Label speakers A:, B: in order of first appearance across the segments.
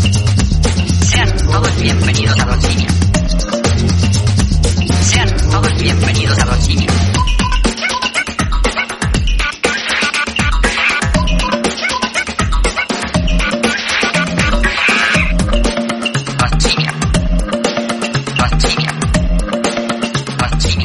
A: Sean todos bienvenidos a Brochinia. Sean todos bienvenidos a Brochinia. Brochinia. Brochinia. Brochinia.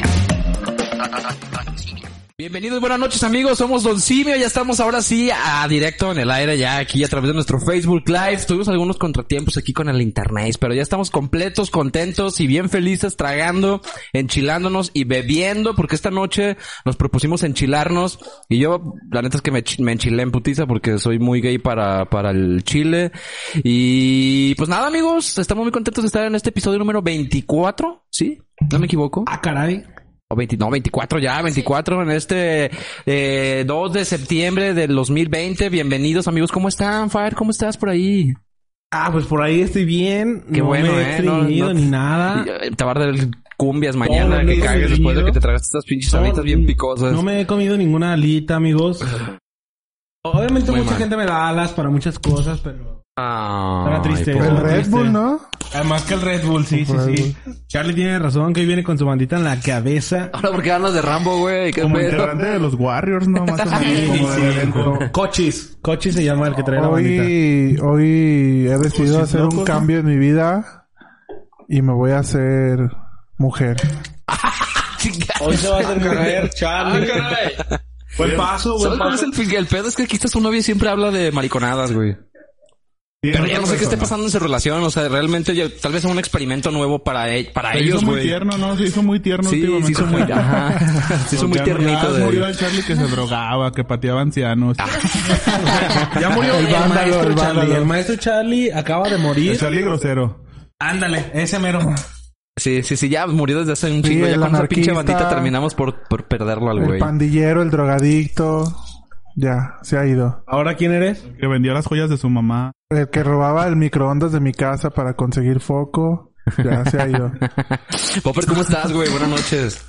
A: Bro- bro- bro- Brochinia.
B: Bienvenidos, buenas noches amigos, somos Don Simio, ya estamos ahora sí a directo en el aire, ya aquí a través de nuestro Facebook Live. Tuvimos algunos contratiempos aquí con el internet, pero ya estamos completos, contentos y bien felices, tragando, enchilándonos y bebiendo, porque esta noche nos propusimos enchilarnos y yo, la neta es que me, chi- me enchilé en putiza porque soy muy gay para, para el chile. Y pues nada amigos, estamos muy contentos de estar en este episodio número 24, ¿sí? No me equivoco.
C: Ah, caray.
B: O 20 no, 24 ya, 24 en este eh, 2 de septiembre del 2020. Bienvenidos amigos, ¿cómo están, Fire? ¿Cómo estás por ahí?
C: Ah, pues por ahí estoy bien.
B: Qué
C: no
B: bueno,
C: me he
B: ¿eh? No,
C: estreñido
B: no-
C: ni nada.
B: Eh, Te va a dar cumbias mañana
C: Todo
B: que
C: bien
B: cagues después de
C: seguido.
B: que te tragaste estas pinches habitas bien picosas.
C: No me he comido ninguna alita, amigos. Obviamente
B: Muy
C: mucha
B: mal.
C: gente me da alas para muchas cosas, pero...
B: Ah,
C: Estaba triste.
B: ay,
D: El
B: pobre.
D: Red
C: Triste.
D: Bull, ¿no?
C: Además que el Red Bull, sí, sí, sí. Charlie tiene razón que hoy viene con su bandita en la cabeza.
B: Ahora porque hablas de Rambo, güey, qué
D: Como
B: pedo.
D: integrante de los Warriors, ¿no? Más o menos. Como del evento.
C: Cochis. Cochis se llama el que trae la bandita.
D: Hoy, hoy he decidido hacer un
C: locos,
D: cambio en mi vida y me voy a hacer mujer.
C: Hoy se va a hacer correr, Charlie. Buen paso, buen
B: ¿Sabes cuál es
C: paso.
B: el, fin- el pedo? Es que aquí está su novia y siempre habla de mariconadas, güey. Pero ya no sé qué esté pasando en su relación, o sea, realmente yo- tal vez es un experimento nuevo para, e- para
D: Se
B: ellos,
D: hizo muy
B: güey.
D: tierno, ¿no? Se hizo muy tierno
B: Sí,
D: últimamente.
B: se hizo muy, ajá, se hizo muy
D: Ya-
B: tiernito.
D: ya
B: de-
D: murió el Charlie que se drogaba, que pateaba ancianos.
C: Ya murió el,
D: El vándalo,
C: maestro
D: el vándalo.
C: Charlie. El maestro Charlie acaba de
D: El
C: morir.
D: Charlie grosero.
C: Ándale, ese mero.
B: Sí, sí, sí, ya murió desde hace un
D: Sí,
B: chingo. ya
D: el
B: con esa pinche
D: anarquista.
B: bandita terminamos por, por perderlo al
D: El
B: güey.
D: pandillero, el drogadicto. Ya, se ha ido.
C: ¿Ahora quién eres?
E: Que vendía las joyas de su mamá.
D: El que robaba el microondas de mi casa para conseguir foco. Ya se ha ido.
B: Popper, ¿cómo estás, güey? Buenas noches.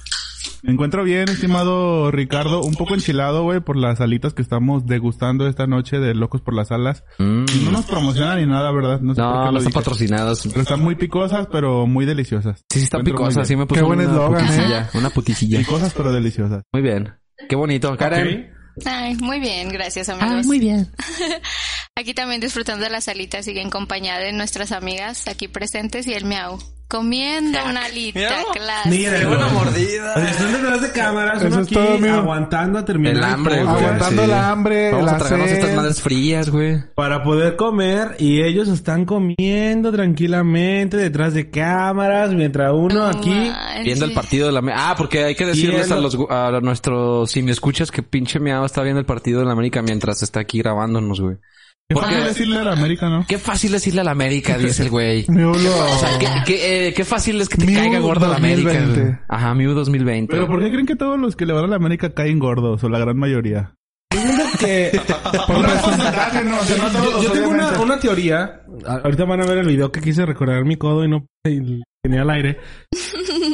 E: Me encuentro bien, estimado Ricardo. Un poco enchilado, güey, por las alitas que estamos degustando esta noche de Locos por las Alas. No nos promocionan ni nada, ¿verdad? No, sé por
B: Mm, No,
E: qué
B: no
E: lo
B: están
E: dije.
B: patrocinadas. Sí,
E: Pero están muy picosas, pero muy deliciosas.
B: sí, están
E: Encuentro muy
B: picosas. Sí,
E: bien.
B: me puso
D: Qué buen
B: una
D: eslogan, ¿eh?
B: putisilla. Una putisilla.
E: Picosas, pero deliciosas.
B: Muy bien. Qué bonito. Karen.
F: Ay, muy bien, gracias amigos.
B: bien.
F: Aquí también disfrutando de las alitas y en compañía de nuestras amigas aquí presentes y el miau. Comiendo una alita,
B: Miau.
F: claro.
C: Mírenlo.
B: mordida.
C: Pues Están detrás de cámaras,
D: Eso
C: uno
D: es
C: aquí
D: todo, amigo.
C: aguantando a terminar
B: El hambre, güey.
D: pues, Aguantando el hambre,
B: Vamos
D: la
B: a tragarnos
D: sed.
B: estas madres frías, güey.
C: para poder comer y ellos están comiendo tranquilamente detrás de cámaras mientras uno aquí
F: Ay,
B: Viendo
F: sí.
B: el partido de la... Amé- Ah, porque hay que decirles a
C: Viendo-
B: los... gu- A nuestros... Si me escuchas que pinche miado está viendo el partido de la América mientras está aquí grabándonos, güey.
E: ¿Qué
B: Porque-
E: fácil decirle a la América, no?
B: Qué fácil decirle a la América, dice el güey.
D: Miulo.
B: O sea, qué, qué, eh, qué fácil es que te
D: Miu
B: caiga gorda la América.
D: 2020.
B: güey. Ajá, Miu 2020.
E: Pero ¿por qué creen que todos los que le van a la América caen gordos? O la gran mayoría.
C: que
D: Por un porcentaje, no, o sea, no
C: yo,
D: todos,
C: yo tengo una,
D: obviamente.
C: una teoría. A- Ahorita van a ver el video que quise recordar mi codo y no y tenía al aire.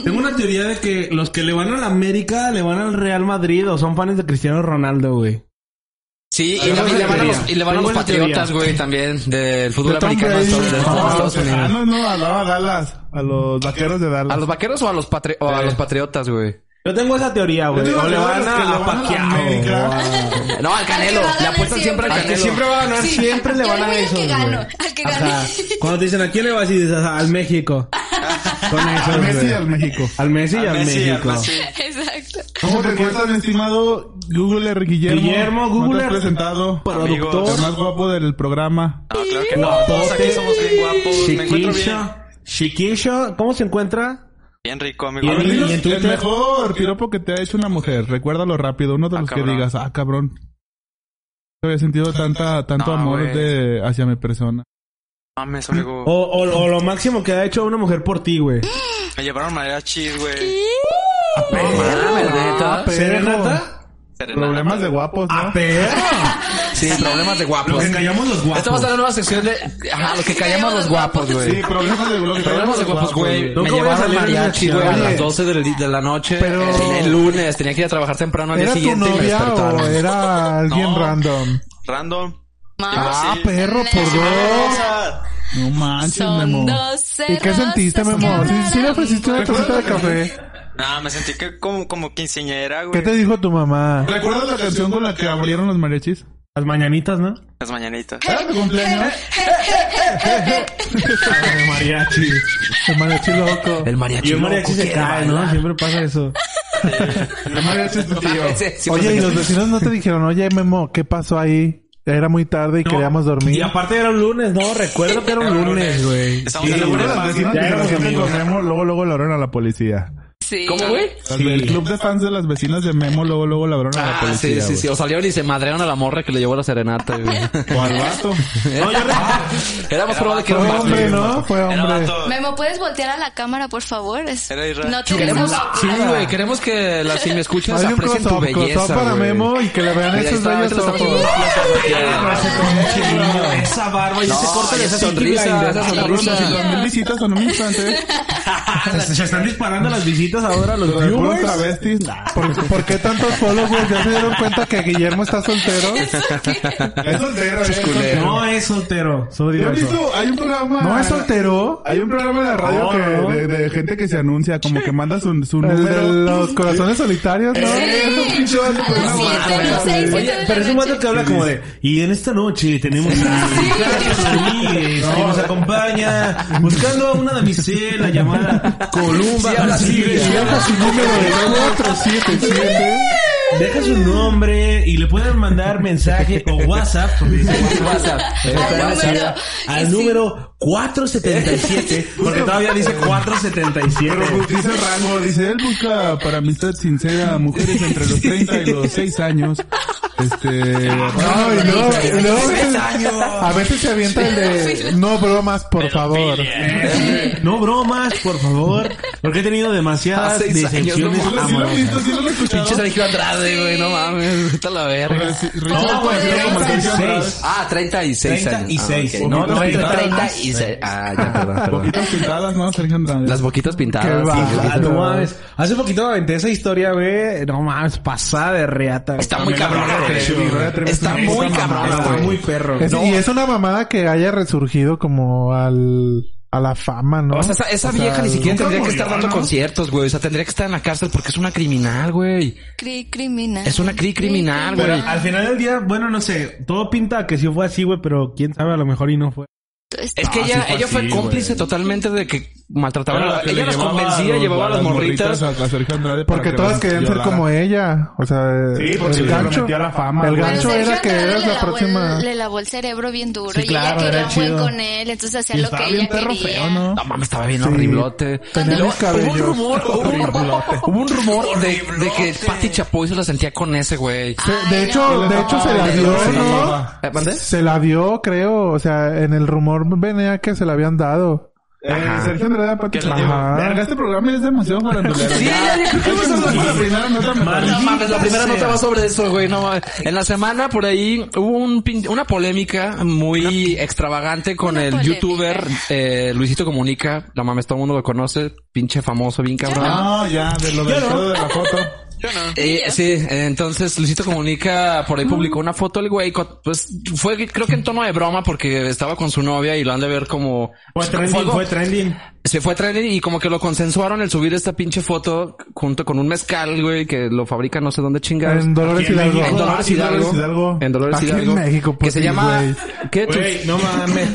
C: tengo una teoría de que los que le van a la América le van al Real Madrid o son fans de Cristiano Ronaldo, güey.
B: Sí, y,
C: Yo
B: la- y
C: tengo
B: le van a
C: teoría.
B: los, y le van a
C: Tengo
B: los
C: una teoría.
B: patriotas, güey, también del fútbol
D: De Tom
B: americano de
D: Brady.
B: Estados, de
D: No,
B: Estados
E: Ah,
B: Unidos.
E: no, no, hablaba a Dallas. A los vaqueros de Dallas.
B: ¿A los vaqueros o a los, patri- o a los patriotas, güey?
C: Yo tengo esa teoría, güey.
E: digo
C: O
E: que
C: le
E: los que
C: van
E: le
C: a,
E: van a
C: a
E: la
C: Pacquiao,
E: América.
C: o a-
B: No, al Canelo.
F: Al que va a
B: Le
F: ganar
B: apuestan siempre al
F: siempre.
C: Al que
B: Canelo.
C: siempre va a ganar,
F: Sí,
C: siempre le
F: yo
C: van
F: le
C: a
F: voy al
C: eso.
F: que gano, al que gane.
C: Cuando te dicen a quién le vas y dices "Ah, al México. Con eso,
E: Al Messi y
C: güey.
E: al México.
C: Al Messi y al México.
F: Exacto.
E: ¿Cómo te encuentras, mi estimado Google Guillermo?
C: Guillermo
E: ¿No te has
C: Googler,
E: presentado.
C: productor.
E: El más guapo del programa.
G: No, claro que no. Todos aquí
C: Guapote.
G: somos bien guapos. Me encuentro bien.
C: Chiquillo. Chiquillo. ¿Cómo se encuentra?
G: Bien rico,
C: Y
G: amigo.
C: en-
E: Dinos
C: y en Twitter.
E: El mejor piropo que te ha hecho una mujer. Recuérdalo rápido. Uno de
G: Ah,
E: los que
G: cabrón.
E: digas, ah, cabrón. había sentido tanta, tanto
G: No,
E: amor
G: güey.
E: de, hacia mi persona.
G: Mames, amigo.
C: O, o, o lo máximo que ha hecho una mujer por ti, güey.
G: Me llevaron mariachis, güey.
B: No mames, neta.
C: ¿Serenata?
G: Serenata.
E: Problemas de guapos,
B: Ah,
E: ¿no?
C: Pero.
B: Sí, problemas de guapos.
C: Ah, callamos los guapos.
B: Esta va a ser la nueva sección de... Ajá, lo que callamos los guapos, güey.
E: Sí, problemas de guapos.
B: Problemas de guapos, güey. Me
C: Nunca voy a
B: llevaron
C: salir de
B: mariachi,
C: esa
B: güey, a
C: chingada.
B: las 12 del- de la noche.
D: Pero-
B: El lunes. Tenía que ir a trabajar temprano al día
D: ¿Era tu
B: siguiente y me
D: novia
B: despertaron.
D: o era alguien
G: No.
D: random?
G: Random.
D: Ah,
G: sí.
D: perro, por dos.
E: No manches,
F: Son
E: Memo.
F: dos
D: ¿Y qué sentiste,
F: cerros
D: Memo?
F: que
D: ¿Sí, sí le ofreciste una
E: ¿Recuerdas
D: tacita de
E: la
D: café?
G: Nah, me sentí que como, como quinceañera,
D: ¿Qué
G: güey.
D: te dijo tu mamá?
E: ¿Recuerdas la canción con la que abrieron los mariachis?
C: Las mañanitas, ¿no?
G: Las mañanitas.
E: ¿Era tu cumpleaños?
C: De mariachi.
D: El mariachi loco.
B: El mariachi.
C: Y un mariachi
B: loco
C: se
B: quiere
C: cae, ¿no?
B: bailar.
C: Siempre pasa eso.
E: El mariachi es tu tío.
B: Sí, sí,
D: Oye,
B: pues,
D: ¿y los vecinos no te dijeron, oye, Memo, qué pasó ahí? Era muy tarde y queríamos
C: Y
D: dormir.
C: aparte era un lunes, no, recuerdo que era un lunes, güey.
G: Estamos en el
C: Sí,
G: lunes,
C: los
E: Los vecinos
C: vecinos ya
E: dijeron
C: éramos
E: siempre
C: amigos.
E: con Memo, luego, luego labraron a la policía.
F: Sí.
B: ¿Cómo, güey?
E: Las-
C: Sí.
E: El club de fans de las vecinas de Memo luego, luego labraron a la
B: Ah, sí,
E: policía.
B: sí, sí.
E: güey.
B: O salieron y se madrearon a la morra que le llevó la serenata, güey.
E: O al vato.
B: Era- Era más probable que era un
D: Fue
B: vato.
D: hombre, ¿no? Fue
G: Era
D: hombre.
G: vato.
F: Memo, ¿puedes voltear a la cámara, por favor? Es-
G: Era Israel.
F: No te
B: Queremos,
F: vemos.
B: sí, güey, queremos que las si me escuchas
D: Hay un
B: aprecien tu
D: close-up,
B: belleza,
D: close-up para
B: güey.
D: Memo y que le vean
B: Mira, ahí
D: esos
B: está,
D: bellos
B: ahorita lo estamos
D: ojos.
C: Sí, no, Esa barba y ese
B: No,
C: corte
B: y
C: de
B: esa
C: esa
B: sonrisa, esa sonrisa.
E: Dos mil visitas en un instante.
C: Se están disparando las visitas ahora los
E: Pero de puros
C: viewers.
E: travestis. Nah.
D: ¿Por, por qué tantos followers? ¿Ya se dieron cuenta que Guillermo está soltero?
E: Es soltero, es culero.
C: No es soltero, solo
E: Yo
C: digo
E: he
C: eso.
E: visto, hay un programa.
D: ¿No es soltero?
E: Hay un programa de radio
C: No,
E: que,
C: no.
E: De, de gente que se anuncia, como que manda su, su
D: El de
E: número.
D: los corazones solitarios, ¿no?
E: Es un pinche vato con una
F: Sí,
E: bolsa.
F: sí, sí, sí, sí,
C: Oye,
F: sí,
C: pero es un vato que habla como de, y en esta noche tenemos a Carlos Ramírez, que nos acompaña buscando a una damisela llamada Columba.
B: Sí, habla así,
C: García.
B: güey.
D: Deja su número de 477.
C: Deja su nombre y le pueden mandar mensaje o WhatsApp. porque dice WhatsApp.
F: Al
C: WhatsApp,
F: número-
C: al
F: sí.
C: número 477. Porque todavía dice 477.
E: Pero pues dice el rango, dice, él busca para amistad sincera mujeres entre los 30 y los 6 años. Este... pues,
D: No, y luego, y luego-
C: Tres años.
D: a veces se avienta el de no bromas, por favor.
B: eh,
C: No bromas, por favor. Porque he tenido
B: Ah,
C: demasiadas
B: seis años,
C: decepciones
B: no mames.
E: Pues, ¿Sí lo has
C: amorosas.
E: visto? ¿Sí lo has escuchado?
B: Pinche Sergio Andrade, güey, no mames, vete a la verga.
C: No, güey,
F: Pues,
C: tiene como
F: treinta y
C: 36.
B: Ah, 36 años.
C: 36.
B: Ah, ok. No,
C: Poquitas
B: no,
C: pintadas.
B: 36. Ah, ya, perdón, perdón.
E: Poquitas pintadas, ¿no, Sergio Andrade?
B: Las boquitas pintadas.
D: Qué
B: sí,
D: va.
C: Ah,
B: güey.
C: no mames. Hace poquito me aventé esa historia, güey. No mames, pasada de reata.
B: Está muy cabrona, güey. Está
C: Está
B: muy cabrona,
C: Está
B: güey.
C: muy perro.
D: Es- Y es una mamada que haya resurgido como al, a la fama, ¿no?
B: O sea, esa, esa
D: O sea,
B: vieja ni siquiera
D: nunca
B: tendría que estar
D: murió,
B: dando
D: ¿no?
B: conciertos, güey. O sea, tendría que estar en la cárcel porque es una criminal, güey.
F: Cri criminal.
B: Es una cri criminal,
C: Pero
B: güey.
C: al final del día, bueno, no sé, todo pinta a que sí fue así, güey, pero quién sabe, a lo mejor y no fue.
B: Es que ella,
E: fue
B: ella fue
E: así,
B: cómplice
E: güey.
B: totalmente de que maltrataban a
E: Era
B: la-
E: la que
B: Ella
E: le
B: las
E: llevaba
B: convencía,
E: los-
B: llevaba a las morritas.
E: a- a Sergio Andrade para
D: Porque
E: que
D: todas
E: las
D: querían ser
E: violara.
D: como ella. O sea,
E: Sí, porque
D: el
E: le
D: gancho.
E: prometía la fama,
D: el
E: güey.
D: gancho
F: Pero Sergio
D: era que
F: Andrade
D: eras
F: le
D: la
F: lavó el-
D: próxima.
F: le lavó el cerebro bien duro
C: Sí,
F: y
C: claro, era
F: ella quería un buen
C: chido.
F: con él, entonces hacía
E: Y
F: lo que
E: estaba bien
F: ella
E: perro
F: quería.
E: feo, ¿no?
B: No mames, estaba bien
D: Sí.
B: horriblote.
D: Tenía
B: Y luego,
D: los cabellos.
B: Hubo un rumor, hubo un rumor, hubo un rumor de, de que Pati Chapoy se la sentía con ese güey.
D: Se- de
F: Ay,
D: hecho,
F: no.
D: de hecho se la
E: Ay,
D: dio,
E: no, sí,
D: ¿no?
E: papá.
B: ¿Eh, ¿Mande?
D: Se la dio, creo. O sea, en el rumor venía que se la habían dado.
E: Eh, Sergio Andrade, Pati
G: Que le
E: Chapoy.
D: dio-
E: Verga, este programa es demasiado farandulero.
B: Sí,
E: Ya.
B: ya dijo que
E: Vamos a hablar con la primera nota, me parece.
B: No mames, la primera nota va sobre eso, güey. No mames. En la semana por ahí hubo un pin- una polémica muy extravagante con
F: Una
B: el
F: polémica.
B: youtuber eh, Luisito Comunica. No mames, todo el mundo lo conoce. Pinche famoso, bien cabrón.
E: No, Ah, ya, de lo del pedo de la foto.
B: Eh, sí, eh, entonces Luisito Comunica por ahí publicó una foto el güey, co- pues fue creo que en tono de broma porque estaba con su novia y lo han de ver como...
C: Fue trending,
B: algo-
C: fue trending.
B: se fue trending y como que lo consensuaron el subir esta pinche foto junto con un mezcal, güey, que lo fabrica no sé dónde chingados.
D: En Dolores
C: Aquí en
D: Hidalgo.
B: En Dolores
D: Ah,
B: Hidalgo. En Dolores
D: Aquí
B: Hidalgo.
D: en México,
B: que
D: pues,
B: se
D: sí,
B: llama...
D: güey.
B: ¿Qué? Tus- ah,
C: Güey, no mames.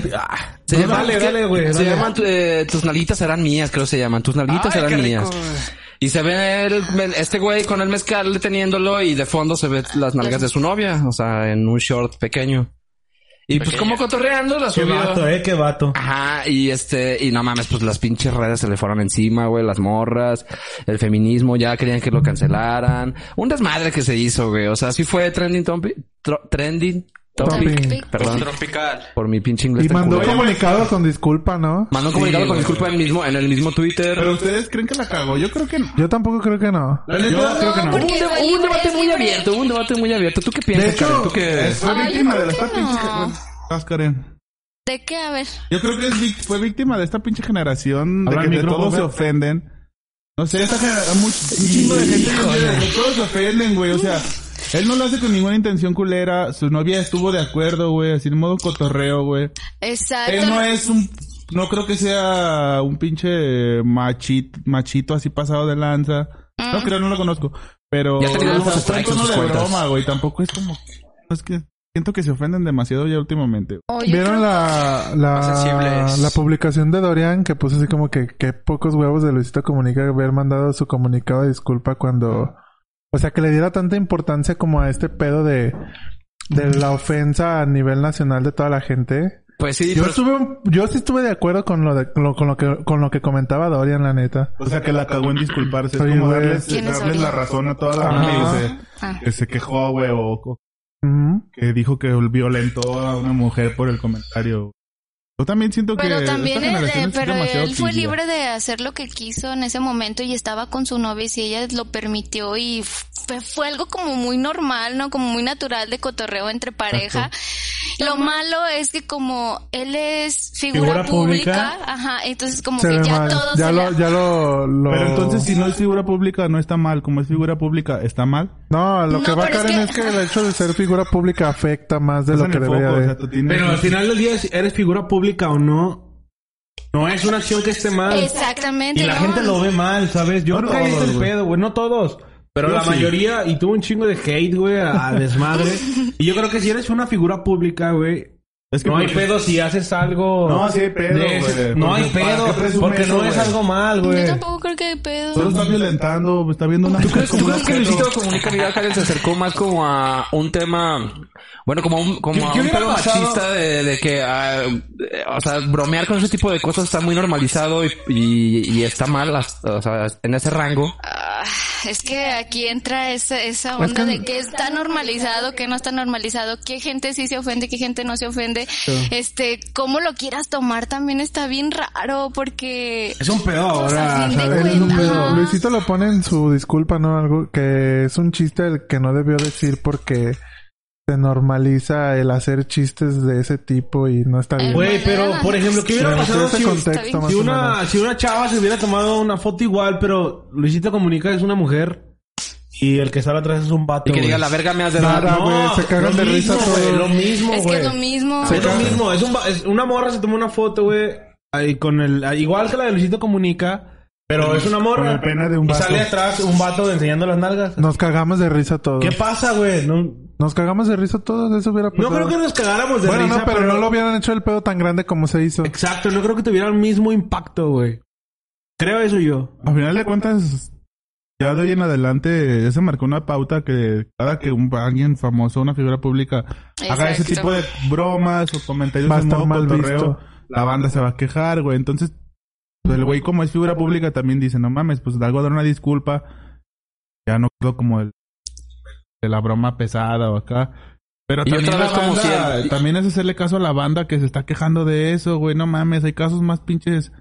B: se
C: No,
B: llama-
C: dale,
B: es que-
C: dale, güey,
B: Se
C: dale.
B: llaman tu- eh, tus nalguitas serán mías, creo que se llaman. Tus nalguitas
G: Ay,
B: serán
G: qué rico,
B: mías.
G: güey.
B: Y se ve el- el- este güey con el mezcal deteniéndolo y de fondo se ve las nalgas de su novia, o sea, en un short pequeño. Y pues como cotorreando la
C: Qué vato,
B: subió.
C: eh, qué vato.
B: Ajá, y este, y no mames, pues las pinches redes se le fueron encima, güey, las morras, el feminismo, ya querían que lo cancelaran. Un desmadre que se hizo, güey, o sea, sí fue trending topic, trending
D: Topping.
B: Perdón
G: Tropical.
B: por mi pinche inglés.
D: Y
B: tan
D: mandó
B: culero.
D: comunicado con disculpa, ¿no?
B: Mandó un comunicado con disculpa en el mismo, en el mismo Twitter.
E: Pero ustedes creen que la cagó. Yo creo que no.
D: Yo tampoco creo que no.
E: La neta, creo que
B: Hubo
E: no.
B: un,
F: Porque
B: de-
F: fue
B: hubo un
F: libre,
B: debate
F: es
B: muy
F: libre.
B: abierto, hubo un debate muy abierto. ¿Tú qué piensas, Karen? ¿Tú qué-
E: es- fue
F: Ay, yo
E: víctima
F: creo
E: de esta
F: que
E: pinche
F: no.
E: Ah, Karen.
F: ¿De qué? A ver.
E: Yo creo que es vic- fue víctima de esta pinche generación de
C: Habla
E: que
C: al
E: de
C: micrófono,
E: todos se
C: Fer.
B: ¿eh?
E: ofenden. No sé, esta generación, un chingo de gente que de todos se ofenden, güey. O sea, él no lo hace con ninguna intención culera. Su novia estuvo de acuerdo, güey. Así en modo cotorreo, güey.
F: Exacto.
E: Él no es un... No creo que sea un pinche machito, machito así pasado de lanza. No creo, no lo conozco. Pero...
B: Ya tenía
E: o sea,
B: unos
E: fue
B: strikes en
E: tono
B: sus
E: de
B: cuentas.
E: broma, güey. Tampoco es como... Es que siento que se ofenden demasiado ya últimamente.
F: Oh, yo
D: ¿Vieron
F: creo-
D: la,
G: Más
D: la,
G: sensibles.
D: la publicación de Dorian que puso así como que, que pocos huevos de Luisito Comunica haber mandado su comunicado de disculpa cuando... O sea, que le diera tanta importancia como a este pedo de, de la ofensa a nivel nacional de toda la gente.
B: Pues sí,
D: Yo
B: pero-
D: estuve, un- yo sí estuve de acuerdo con lo, de, lo- con lo que con lo que comentaba Dorian, la neta.
E: O sea, que la cagó en disculparse. Es
D: Oye,
E: como
D: güey.
E: darles,
F: ¿Quién es
E: darles la
F: Orión?
E: razón a toda la
D: Ajá.
E: gente que
F: Ah.
E: se, que se quejó, güey, o, o
D: Ujú.
E: que dijo que violentó a una mujer por el comentario. Yo también siento que...
F: Pero
E: esta
F: también, él,
E: generación
F: eh,
E: es
F: pero
E: demasiado
F: él fue
E: tibia.
F: libre de hacer lo que quiso en ese momento y estaba con su novia y si ella lo permitió y fue, fue algo como muy normal, ¿no? Como muy natural de cotorreo entre pareja. Lo malo es que como él es figura,
C: Figura
F: pública,
C: pública.
F: ajá, entonces como
D: Se
F: que
D: ve
F: ya
D: mal.
F: todo
D: Ya
F: se
D: lo,
F: le-
D: ya lo, lo-
E: Pero entonces, si no es figura pública, no está mal. Como es figura pública, está mal.
D: No, lo
F: No,
D: que va
F: pero es
D: Karen es
F: que-
D: que... el hecho de ser figura pública afecta más de
E: Estás
D: lo
E: en
D: que
E: el foco,
D: debería
E: o
D: de.
E: sea, tú tienes-
C: Pero al final del día, si eres figura pública o no, no es una acción que esté mal.
F: Exactamente.
C: Y la
F: ¿no?
C: gente lo ve mal, ¿sabes? Yo
E: No
C: creo que ahí está
E: todos,
C: el
E: güey.
C: pedo, güey. No todos. Pero
E: Yo
C: la
E: sí.
C: mayoría, y tuvo un chingo de hate, güey, a, a desmadre. y yo creo que si eres una figura pública, güey,
E: Es que
C: no
E: pues,
C: hay
E: porque-
C: pedo si haces algo.
E: No, sí hay pedo,
C: de ese-
E: güey.
C: No
E: Porque
C: hay
E: ¿para
C: pedo,
E: qué presumes
C: porque no
E: eso,
C: es
E: güey?
C: algo mal,
F: Yo
C: güey.
F: tampoco creo que hay pedo.
E: Solo está violentando, está viendo una...
B: ¿Tú crees, tú
E: como
B: crees
E: un
B: que
E: objeto.
B: Luisito Comunica Vidal Karen se acercó más como a un tema, bueno, como a un,
C: ¿Qué-
B: como a
C: qué
B: un
C: hubiera
B: pedo
C: pasado?
B: machista de, de que, ah, eh, o sea, bromear con ese tipo de cosas está muy normalizado y, y- y está mal, hasta- o sea, en ese rango.
F: Ah, es que aquí entra esa, esa
D: Es
F: onda
D: que-
F: de que está normalizado, que no está normalizado, qué gente sí se ofende, qué gente no se ofende. Este, cómo lo quieras tomar también está bien raro porque...
C: Es un pedo
F: Pues, a
C: ahora,
F: fin de
C: ¿sabes?
D: Es un
F: Ajá.
D: pedo. Luisito lo pone en su disculpa, ¿no? Algo que es un chiste el que no debió decir porque se normaliza el hacer chistes de ese tipo y no está bien.
F: Bueno,
C: Güey, pero, por ejemplo, ¿qué hubiera
D: Pero
C: pasado
D: ese
C: si,
D: contexto más
C: si
D: o
C: una,
D: menos.
C: si una chava se hubiera tomado una foto igual, pero Luisito Comunica es una mujer y el que sale atrás es un vato?
B: Y que diga,
C: güey?
B: la verga me has de dar.
D: Nada,
C: No,
D: güey, se cagan
C: lo
D: de risa
C: mismo, güey,
D: todos.
C: Lo mismo,
F: es que
C: güey.
F: es lo mismo.
C: Es lo mismo, es, un va- es- una morra se tomó una foto, güey, ahí con el ah, igual que la de Luisito Comunica, pero es una morra.
D: Con la pena de un
C: y
D: vato.
C: sale atrás un vato enseñando las nalgas.
D: Nos cagamos de risa todos.
C: ¿Qué pasa, güey? No,
D: Nos cagamos de risa todos, eso hubiera
C: no
D: pasado.
C: creo que nos cagáramos de
D: bueno,
C: risa,
D: no, pero, no lo hubieran hecho el pedo tan grande como se hizo.
C: Exacto, no creo que tuviera el mismo impacto, güey. Creo eso yo.
E: Al final de cuentas, ya de hoy en adelante, ya se marcó una pauta que cada que un, alguien famoso, una figura pública, haga ese
F: Exacto.
E: tipo de bromas o comentarios
D: Va a
E: en
D: estar
E: modo
D: mal
E: cotorreo,
D: visto.
E: la banda se va a quejar, güey. Entonces, pues, el güey como es figura pública también dice, no mames, pues algo dar una disculpa. Ya no quedó como el de la broma pesada o acá. Pero
B: Y
E: también,
B: otra
E: la
B: vez como
E: banda-
B: siempre.
E: también es hacerle caso a la banda que se está quejando de eso, güey. No mames, hay casos más pinches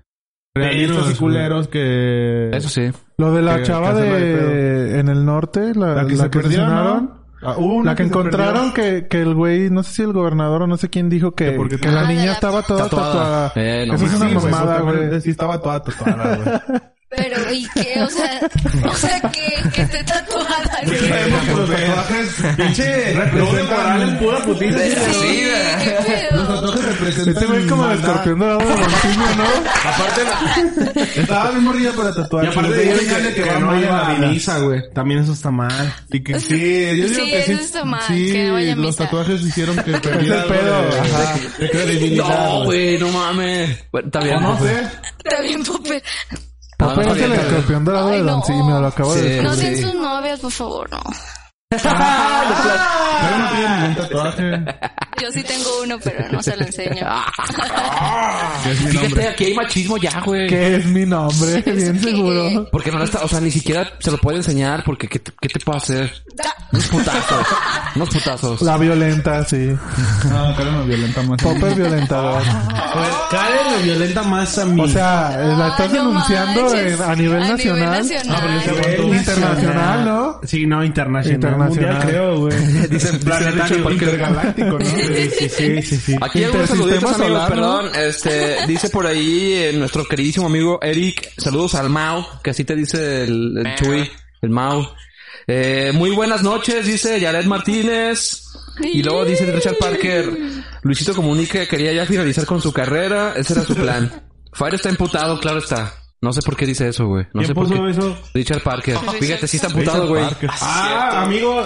E: realistas y
C: güey.
E: culeros que...
B: Eso sí.
D: Lo de la
E: Que-
D: chava
E: que hacerla de
D: de... en el norte, la,
E: La que se perdió,
D: asesinaron.
E: ¿no? Ah, hubo una
D: La que,
E: se
D: encontraron
E: perdió.
D: que, que el güey, no sé si el gobernador o no sé quién dijo que,
E: Que porque-
D: que la
F: Ah, de
D: niña
F: la-
D: estaba toda
B: Tatuada.
D: tatuada.
B: Eh, no
D: Eso es una
E: Sí, güey,
D: mamada,
E: supuestamente
D: güey.
E: Sí, estaba toda tatuada, güey.
F: Pero, ¿y qué? O sea, o sea que, que esté tatuada. ¿no?
E: Sabemos que los tatuajes, pinche, representan...
C: pura putiza.
F: Sí, qué
E: Los
F: pedo.
E: tatuajes representan...
D: Este güey es como el
E: maldad.
D: escorpión dorado de Montiño, ¿no?
C: Aparte,
E: Estaba bien morrilla para tatuar.
C: y aparte
E: Yo
C: dicen
E: digo
C: que, que no
E: vaya
C: vayan a la
E: vida.
C: misa, güey. También eso está mal.
E: Y que sí, yo digo
F: Sí,
E: que sí.
F: eso está mal,
E: sí,
F: que no vaya a
E: los
F: misa.
E: tatuajes hicieron que perdiera
D: el pedo,
E: algo de-
D: ajá.
E: de credibilidad,
B: No, güey, no mames. Bueno, está bien.
E: No sé.
F: Está bien, Popper.
B: No, no,
D: Pero
B: está
D: es el
B: bien, está bien.
D: escorpión dorado
F: Ay,
D: de Don
F: no.
D: Simio, lo acabo
B: Sí.
D: de
F: No
D: decir.
F: sean sus novias, por favor, no.
E: Pero no tiene ningún tatuaje.
F: Yo sí tengo uno, pero no se lo enseño.
E: es mi
B: Fíjate,
E: nombre.
B: aquí hay machismo ya, güey.
D: Que es mi nombre, bien
F: que-
D: seguro.
B: Porque no lo está, o sea, ni siquiera se lo puede enseñar porque ¿qué te, qué te puedo hacer? Unos putazos. Unos putazos.
D: La violenta, sí.
E: No, Karen me violenta más.
D: Popper violentador.
C: Pues Karen me violenta más a mí.
D: O sea, eh, la estás
F: Ay, Ah, no
D: denunciando
F: manches.
D: en- a nivel
F: A nivel
D: nacional. Ah,
F: nacional.
C: pero ese
F: Ay,
C: fue
D: güey. Internacional, ¿no?
C: Sí, no, internacional.
D: Internacional.
C: Mundial, creo, güey.
B: Dicen planetario.
E: Intergaláctico, ¿no?
C: Sí, sí, sí, sí, sí.
B: Aquí hay algunos
D: Intersistema
B: saluditos, amigos,
D: solar, ¿no?
B: perdón. Este, dice por ahí eh, nuestro queridísimo amigo Eric. Saludos al Mau, que así te dice el, el Chuy, el Mau. Eh, muy buenas noches, dice Yared Martínez. Y luego dice Richard Parker, Luisito comunica que quería ya finalizar con su carrera. Ese era su plan. Fire está emputado, claro está. No sé por qué dice eso, güey. No
C: ¿Quién
B: sé por
C: puso
B: qué.
C: eso?
B: Richard Parker. Fíjate, sí está emputado, güey.
E: Parker.
C: Ah, amigo,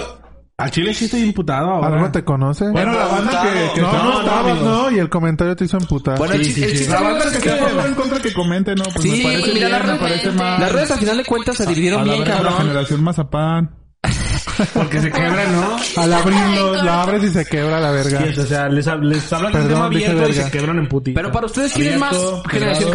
C: a Chile sí estoy imputado
D: ¿Algo
C: ahora.
D: Ah, te conoce?
E: Bueno, la banda que, que
D: no, no,
E: estaba-
D: estabas,
C: amigo.
D: ¿no? Y el comentario te hizo emputar.
B: Bueno, el, chiste- el chiste
E: La banda
B: es
E: que
B: que-
E: está a favor o en contra que comente, ¿no? Pues
B: Sí,
E: me parece
B: mira, la
E: bien, me
B: red-
E: parece mal.
B: Las redes al final de cuentas se dividieron
E: A la
B: bien,
E: verga, la
B: cabrón.
E: generación Mazapán.
C: Porque se quebran, ¿no?
D: Al abrirlo, la abres y se quebra la verga.
C: Sí, o sea, les, hab- les hablan de un
D: Perdón,
C: tema
D: dije
C: abierto y
D: verga.
C: se quebran en putita.
B: Pero para ustedes, ¿quién es más
C: Abierto,
B: generación
C: cerrado.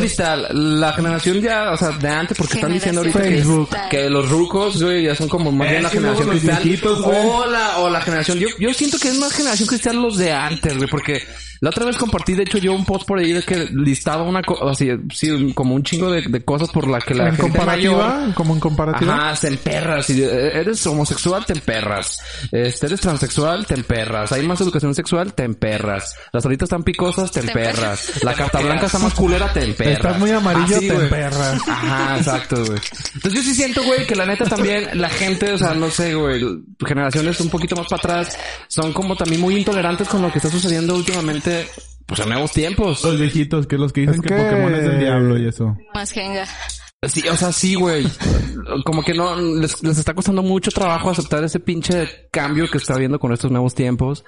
B: cristal? La generación ya, o sea, de antes, porque están diciendo ahorita que,
D: Facebook.
B: que los rucos, güey, ya son como más
E: Es
B: bien la
E: que luego
B: generación
E: Eh, los
B: cristal.
E: viejitos, güey.
B: o, la, o la generación. Yo, yo siento que es más generación cristal los de antes, güey, porque la otra vez compartí, de hecho, yo un post por ahí de que listaba una cosa, así, sí, como un chingo de, de cosas por la que la
D: en
B: gente mayor-
D: comparativa, como en comparativa.
B: Ajá, te emperras. Si eres homosexual, te emperras. Este, eres transexual, te emperras. Hay más educación sexual, te emperras. Las olitas están picosas, te emperras. La carta blanca está más culera, te emperras.
D: Estás muy
E: Ah,
D: amarillo,
B: Así,
D: te
B: güey.
D: emperras.
B: Ajá, exacto, güey. Entonces yo sí siento, güey, que la neta también la gente, o sea, no sé, güey, generaciones un poquito más para atrás son como también muy intolerantes con lo que está sucediendo últimamente, pues en nuevos tiempos.
E: Los viejitos, que los que dicen
D: Es
E: que,
D: que-
E: Pokémon es el diablo y eso.
F: Más jenga.
B: Sí, o sea, sí, güey. Como que no les, les está costando mucho trabajo aceptar ese pinche cambio que está habiendo con estos nuevos tiempos.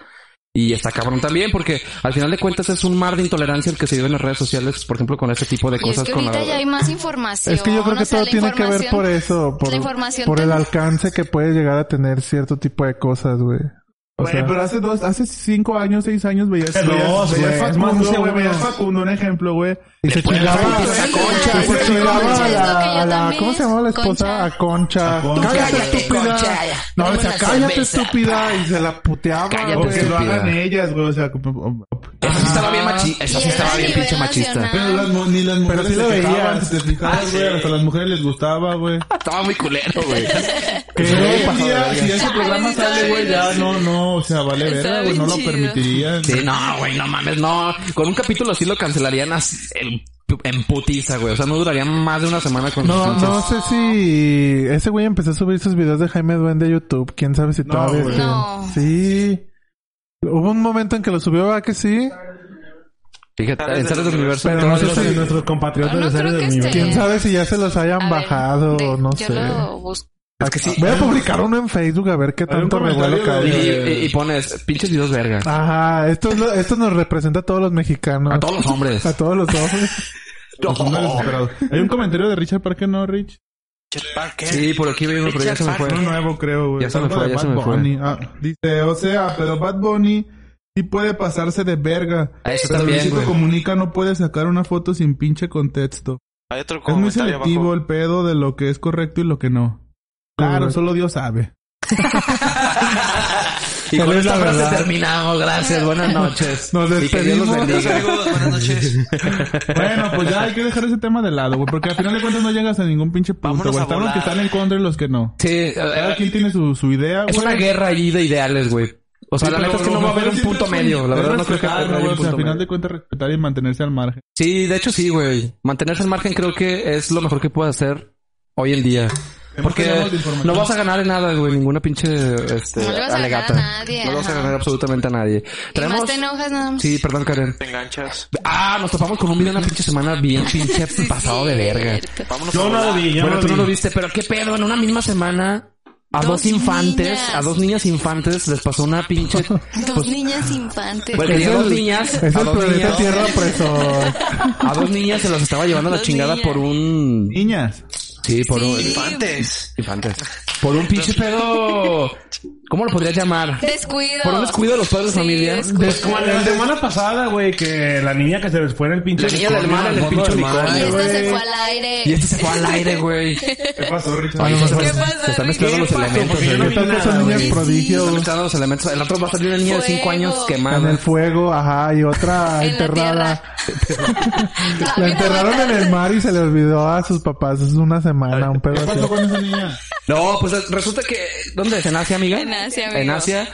B: Y está cabrón también, porque al final de cuentas es un mar de intolerancia el que se vive en las redes sociales, por ejemplo, con este tipo de
F: Y es
B: cosas.
F: que
B: con
F: ahorita
B: la-
F: ya hay más información.
D: Es que yo creo que
F: o sea,
D: todo
F: la
D: tiene que ver por
F: información-
D: eso, por,
F: la información
D: por el
F: tan-
D: alcance que puede llegar a tener cierto tipo de cosas, güey. O
E: Güey,
D: sea,
E: pero hace dos, hace cinco años, seis años veías,
C: Hace
E: veías,
C: dos,
E: veías
C: güey. Es más,
E: Facundo,
C: hace
E: güey,
C: uno.
E: veías Facundo, un ejemplo, güey.
D: y se chingaba,
F: esa
D: se
F: concha, esa
D: chingaba
F: concha,
D: a
F: es lo
D: la,
F: que yo
D: a la-
F: también
D: ¿cómo se llamaba la esposa?
F: concha.
D: A Concha.
E: A Concha.
D: Cállate,
E: Cállate,
D: estúpida.
A: Concha.
D: No,
A: Dame
D: le decía,
A: una
D: cállate,
A: cerveza.
D: estúpida. Y se la puteaba.
B: Cállate,
D: güey.
E: O que lo
B: estúpida.
E: hagan ellas, güey, o sea, como-
B: Eso sí estaba bien machi- eso
F: Y
B: sí
F: era
B: estaba
F: a
B: bien
F: nivel
B: pinche machista.
F: nacional.
E: Pero las, mu- ni las mujeres
D: sí lo
E: se
D: veías. Ah,
E: quejaban, si te fijabas, güey, hasta las mujeres les gustaba, güey.
B: Estaba muy culero, güey.
D: Que
E: Pero hoy en
D: pasó de
E: día,
D: verga.
E: si ese programa
F: Ay, sí,
E: sale, güey, ya
F: estaba bien.
E: no, no, o sea, vale
F: Estaba
E: verga, güey,
F: bien
E: no lo
F: chido.
E: permitirían.
B: Sí, no, güey, no mames, no. Con un capítulo así lo cancelarían así, en, en putiza, güey. O sea, no duraría más de una semana con
D: No,
B: pinches-
D: no sé si ese güey empezó a subir sus videos de Jaime Duende a YouTube. Quién sabe si todavía
E: güey.
D: siguen.
F: No.
D: Sí. Hubo un momento en que lo subió, ¿verdad que sí?
B: Fíjate, en Sales del Universo.
D: Pero
B: todo
D: no sé
B: eso-
D: si-
C: de nuestros compatriotas
F: No, no
C: de seres
F: creo
C: del
F: que
C: universo.
F: esté.
D: Quién sabe si ya se los hayan
F: A ver,
D: bajado,
F: de-
D: no
F: yo
D: sé.
F: lo busco.
B: Es que sí.
D: Voy a publicar uno en Facebook a ver qué
E: Hay un
D: tanto revuelo
E: comentario
B: Y,
D: cae.
E: de-
B: y- y pones pinches videos verga.
D: Ajá, esto, es lo- esto nos representa a todos los mexicanos.
B: A todos los hombres.
D: A todos los hombres.
E: Los hombres desesperados. Hay un comentario de Richard Parker, ¿no, Rich?
B: Sí, por aquí veo uno, pero ya se me
D: Pues,
B: fue.
E: Uno nuevo, creo, güey.
B: Ya se me fue,
E: Algo de
B: ya se me
E: Bad
B: fue.
E: Bunny. Ah, dice, o sea, pero Bad Bunny sí puede pasarse de verga.
B: Ah, Eso
E: Pero
B: también,
E: Luisito
B: güey.
E: Comunica no puede sacar una foto sin pinche contexto.
G: Hay otro
E: Es muy
G: comentario
E: selectivo
G: abajo.
E: el pedo de lo que es correcto y lo que no. Claro,
D: Correcto.
E: solo Dios sabe.
B: Y
D: Tal
B: con
D: vez
B: esta
D: la
B: frase
D: verdad.
B: terminamos. Gracias, buenas noches.
D: Nos
B: Y que Dios los
D: despedimos.
G: Adiós,
B: bendiga.
G: amigos. Buenas noches.
E: Bueno, pues ya hay que dejar ese tema de lado, güey, porque al final de cuentas no llegas a ningún pinche punto,
G: Vámonos
E: güey.
G: a
E: Están los que
G: volar.
E: están en contra y los que no.
B: Sí, eh,
E: Cada
B: eh,
E: quien tiene su, su idea,
B: es una
E: güey.
B: guerra allí de ideales, güey. O sea,
E: Sí,
B: la
E: pero
B: neta es que
E: lo
B: no va a
E: mejor
B: haber un
E: siempre
B: punto
E: es
B: medio. La verdad no creo que
E: respetar,
B: haya un
E: güey, o sea,
B: punto
E: al final
B: medio.
E: de cuentas respetar y mantenerse al margen.
B: Sí, de hecho sí, güey. Mantenerse al margen creo que es lo mejor que puedes hacer hoy en día. Porque
E: tenemos la información.
B: no vas a ganar en nada, güey. Ninguna pinche este,
F: No le vas a ganar
B: alegata.
F: a nadie,
B: no le vas a
F: ajá.
B: ganar absolutamente a nadie.
F: Y más
B: Tenemos...
F: te enojas nada más.
B: Sí, perdón, Karen.
G: Te enganchas.
B: Ah, nos topamos con un video una pinche semana bien pinche pasado de verga.
F: Cierto.
G: Vámonos a
C: Yo no
G: volar.
C: lo vi, yo
B: Bueno, tú no
C: no
B: lo viste, pero qué pedo, en una misma semana a dos,
F: Dos
B: infantes,
F: niñas.
B: a dos niñas infantes les pasó una pinche...
F: Dos
D: Pues,
F: niñas infantes.
B: Bueno,
D: Es
B: tenía
D: el-
B: dos niñas,
D: Es
B: a
D: el
B: dos
D: planeta
B: niñas,
D: Tierra preso.
B: a dos niñas se las estaba llevando a la
F: Dos
B: chingada
F: niñas.
B: por un...
E: Niñas.
B: Sí, por un...
F: Sí.
G: Infantes.
B: Infantes. Por un pinche pedo... ¿Cómo lo podrías llamar?
F: Descuido.
B: Por un descuido de los padres de
F: Sí,
B: familia.
F: descuido.
C: Es como la semana pasada, güey, que la niña que se les fue en el pinche.
B: La niña del
C: unicornio,
B: mar, el
C: el
B: fondo
C: pinche
B: del mar.
F: Y
C: unicornio,
F: esto
C: güey.
F: se fue al aire.
B: Y este se fue al aire, güey. ¿Qué
E: ¿Qué pasó, Richard?
B: pasó?
F: ¿Qué pasó,
B: Se están
F: Ricky?
B: mezclando los
C: ¿Qué pasó?
B: elementos.
C: Pues
B: güey.
C: yo no vi
D: ¿Qué tal que
C: nada,
D: son niñas
F: güey.
D: prodigios?
B: Están mezclando los elementos. El otro va a salir una niña de 5
F: Fuego.
B: años quemada.
D: En el fuego, ajá, y otra
F: En la
D: enterrada.
F: Ah,
D: La
F: mira,
D: enterraron en
F: mataron.
D: el mar y se le olvidó a sus papás. Es una semana, un pedo así.
E: pasó con esa niña?
B: No, pues resulta que... ¿Dónde? ¿En Asia, amiga?
F: En Asia, amigo.
B: En Asia.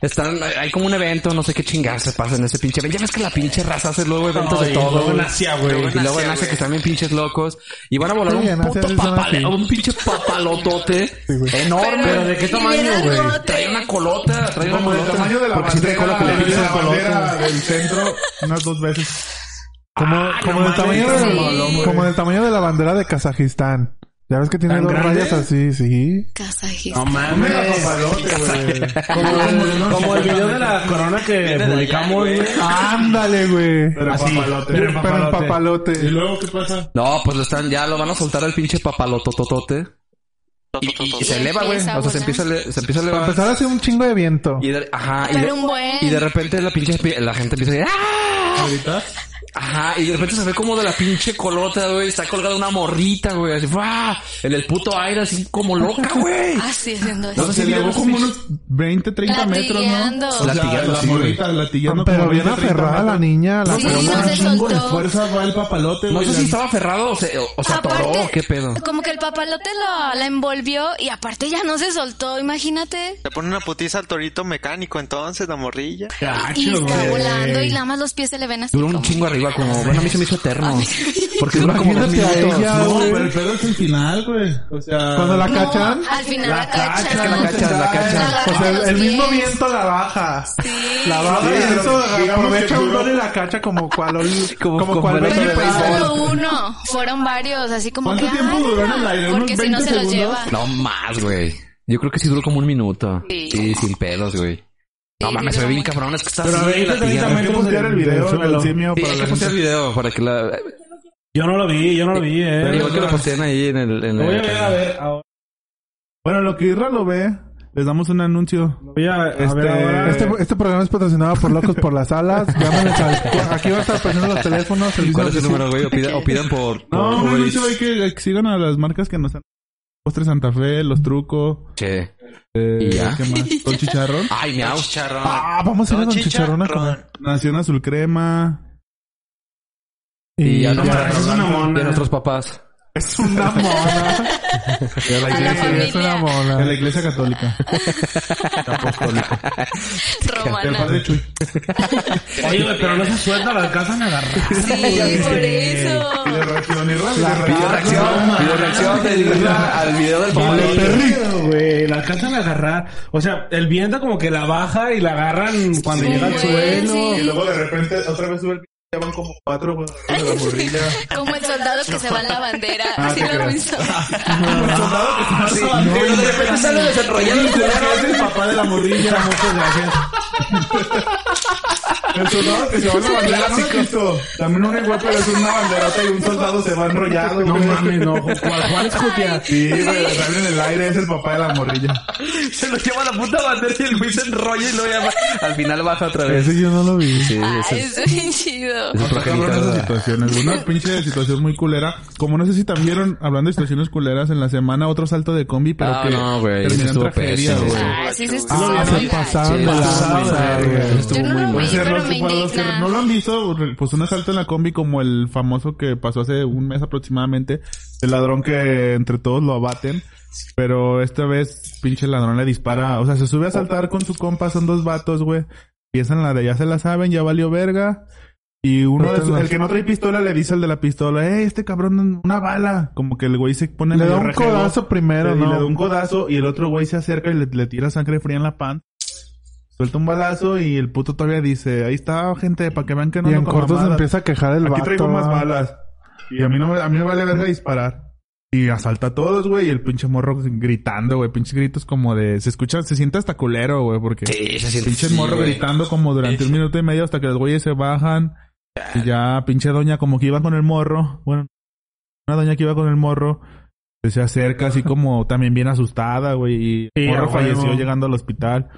B: Están, hay como un evento, no sé qué chingarse pasa en ese pinche evento. Ya ves que la pinche raza hace luego eventos
C: Ay,
B: de todo.
C: luego en
B: güey.
C: Asia, güey.
B: Y luego en
G: Asia,
B: Asia que
G: güey.
B: también pinches locos. Y van a volar
D: Sí, en
B: un
D: Asia
B: puto
D: sí son
B: papale-
D: así.
B: un pinche papalotote
D: güey.
B: enorme.
C: Pero, ¿de qué
F: Y
C: tamaño,
F: era
C: güey?
F: algo-
B: Trae una colota, trae una
E: Como el
B: colota.
E: tamaño de la
D: Porque sí trae cola
E: bandera,
D: que le
E: de
D: pisa
E: la
D: la
E: bandera del centro, unas dos veces.
D: Como,
C: Ah,
D: como
C: no
D: del tamaño
C: mames,
D: de,
F: sí.
D: como del tamaño de la bandera de Kazajistán. Ya ves que tiene
C: ¿Tan
D: dos
C: grande?
D: rayas así, sí.
F: Kazajistán.
C: mames. Como, como el video de la corona que publicamos, güey.
D: Ándale, güey.
E: Pero
C: Así.
E: papalote.
C: Pero en
D: Pero en
C: papalote.
D: papalote.
E: ¿Y luego qué pasa?
B: No, pues lo están, ya lo van a soltar al pinche papalotototote. Y, y- y se
F: Y
B: eleva, güey. O
F: empieza
B: sea,
F: a
B: se
F: volar.
B: empieza, a le- se empieza a
D: Para
B: elevar.
D: empezar a hacer un chingo de viento.
B: Y de, ajá, y
F: Pero un
B: de,
F: buen.
B: y de repente la pinche espi- la gente empieza a decir, ¡Ah!
E: ¿Ahorita?
B: Ajá, y de repente se ve como de la pinche colota, güey. Está colgada una morrita, güey. Así, ¡fua! En el puto aire, así como loca, güey.
F: Así Ah, haciendo
E: No,
F: eso.
E: se elevó como unos 20, 30 metros, ¿no?
F: Latigueando.
E: O sea,
B: Latigando,
E: la
B: sí, güey.
E: morrita, latigando
D: Pero
E: como
D: bien
E: 20, 30
D: aferrada la
E: metros.
D: niña. La
F: Sí,
D: pelota.
F: no se
E: Un chingo de
F: soltó.
E: fuerza va el papalote,
B: No
E: güey.
B: sé
E: La-
B: si estaba aferrado o se, o, o se atoró,
F: Aparte,
B: qué pedo.
F: como que el papalote lo, la envolvió y aparte ya no se soltó, imagínate.
G: Le pone una putiza al torito mecánico entonces, la morrilla.
F: y
C: Gacho,
F: está
C: güey.
F: volando y nada más los pies se le ven así.
B: Duró un
F: como-
B: chingo arriba, como, bueno, a mí se me hizo eterno. Porque dura como dos
D: Imagínate a
B: minutos.
D: ella,
E: No,
D: güey.
E: pero el pedo es el final, güey. O sea...
D: Cuando la
F: No,
D: cachan.
F: al final
C: La
F: la,
C: cacha,
F: cachan.
B: La cachan, la cachan.
D: O sea,
F: agarran
D: el,
F: de
D: el
F: los
D: mismo
F: pies.
D: viento la baja.
F: Sí.
D: La baja
E: Sí,
D: y
E: pero
D: eso
E: digamos
D: aprovecha
E: que
D: un
E: duró-
D: gol y la cacha como cual ol- como,
B: Como-
D: cual
B: como el
D: Benny
F: Pero no
D: Blanco.
F: solo uno, fueron varios, así como
E: ¿Cuánto
F: que.
E: tiempo
F: "Ay,
E: duró en
F: no",
E: el aire? ¿Unos
F: Porque si no
E: 20
F: se los
E: segundos?
F: lleva.
B: No más, güey. Yo creo que sí duró como un minuto. Sí,
F: Sí.
B: sin pedos, güey. No
F: Sí,
B: mames, se ve
F: duró
B: bien
F: mucho.
B: cabrón, es que está
C: Pero a
B: así.
C: ver,
B: latigando.
C: ahorita
E: Hay que postear el video del
C: súbelo.
E: simio
B: Sí,
E: para
B: hay
E: la
B: que postear el
E: gente.
B: video para que la...
C: Yo no lo vi, yo no lo vi, eh.
B: Igual que lo posteen ahí en el... En
C: Lo voy a
B: el-
C: ver, a ver, ahora.
E: Bueno, lo que Irra lo ve, les damos un anuncio.
C: Voy a, a
E: Este-
C: ver ahora.
D: Este, este programa es patrocinado por Locos por las Alas. Llámenos al- Aquí va a estar presente los teléfonos. servicio
B: ¿Cuál es el
D: de-
B: número, güey? O pidan, o pidan por... por
E: No, un
B: Uber
E: anuncio hay
B: Eats.
E: que, que sigan a las marcas que nos han... Postre Santa Fe, Los Trucos,
B: Che.
E: eh,
B: ¿Y ya?
E: ¿qué más? Don Chicharrón,
B: Ay, miau.
G: Chicharrón.
D: Ah, vamos a ir a
G: Don
D: Don Chicharrón a
G: Chicharrón.
D: comer.
E: Nación Azul Crema.
D: Y
B: Y a
D: ya.
B: nuestras-
C: es una
B: y
C: mona.
B: a nuestros papás.
D: Es una mona.
F: A la familia
D: es una
E: De la
D: mona.
E: Iglesia Católica. Apostólica. El
F: romana.
E: padre Chuy.
C: Oye, güey, pero no se suelta, la alcanzan a agarrar.
F: Sí, por eso.
E: Pide reacción, Irra.
C: Ah,
B: Video reacción.
E: Ah,
B: Video reacción del- al video del papá.
C: Como el perrito, güey. La alcanzan a agarrar. O sea, el viento como que la baja y la agarran cuando llega al
F: güey,
C: suelo.
F: sí.
E: Y luego de repente otra vez sube el... Ya van como cuatro, güey. De la morrilla.
F: Como el soldado que se va en la bandera. Así
E: te
F: lo
E: creo.
F: han visto.
E: Sí,
B: Sí, pero de repente sale desarrollado el culero.
E: Es el papá de la morrilla. Muchas gracias. El soldado que se va en la bandera no lo he visto. También un igual, pero es una banderota y un soldado se va enrollado.
C: No
E: güey.
C: mames, no. ¿Cuál, cuál es copia?
E: Sí, güey, sale en el aire, es el papá de la morrilla.
B: Se lo lleva la puta bandera y el güey se enrolla y lo llama. Al final baja otra vez.
D: Ese yo no lo vi.
B: Sí, ese
F: Ay,
B: es,
F: Ah, es bien chido.
B: ese es progenitor
E: Cabrón, esas
B: de-
E: situaciones, güey. Una pinche situación muy culera. Como no sé si también vieron, hablando de situaciones culeras, en la semana otro salto de combi, pero
B: Ah,
E: que
B: no, güey, ese
E: terminó en
B: estuvo
E: tragedia,
B: pésimo.
E: güey.
F: Ay, sí, sí, sí.
D: Ah,
F: sí,
D: se
F: oiga.
D: pasaron
B: Sí,
D: de
B: estuvo muy
D: lanza,
B: mal,
D: güey.
B: güey.
D: Estuvo
F: Yo no
D: muy
F: lo
D: mal.
F: vi,
E: Ese
F: pero
E: error
F: me
E: sí fue algo que-
F: indigna.
E: no lo han visto, pues un asalto en la combi como el famoso que pasó hace un mes aproximadamente, el ladrón que entre todos lo abaten, pero esta vez pinche ladrón le dispara, o sea, se sube a asaltar con su compa, son dos vatos, güey, piensan la de ya se la saben, ya valió verga, y uno de su- el que no trae pistola le dice al de la pistola, eh, este cabrón, una bala, como que el güey se pone
D: Le da
E: medio
D: un
E: rejego.
D: codazo primero,
E: Y le da
D: ¿no?
E: un codazo y el otro güey se acerca y le, le tira sangre fría en la pan. Suelta un balazo y el puto todavía dice, ahí está gente, para que vean que no
D: Y en
E: ando con
D: corto se
E: mamadas.
D: empieza a quejar el
E: Aquí
D: vato.
E: traigo más
D: ¿va?
E: balas. Y a mí no me, a mí me vale verga disparar. Y asalta a todos, güey, y el pinche morro gritando, güey, pinches gritos como de, se escucha, se siente hasta culero, güey, porque
B: Sí, se Eh, siente
E: pinche
B: así,
E: morro
B: güey.
E: gritando como durante un minuto y medio hasta que los güeyes se bajan. Y ya pinche doña como que iba con el morro. Bueno, una doña que iba con el morro. Se acerca así como también bien asustada, güey. Y
C: Sí,
E: el morro
C: a huevo.
E: falleció llegando al hospital.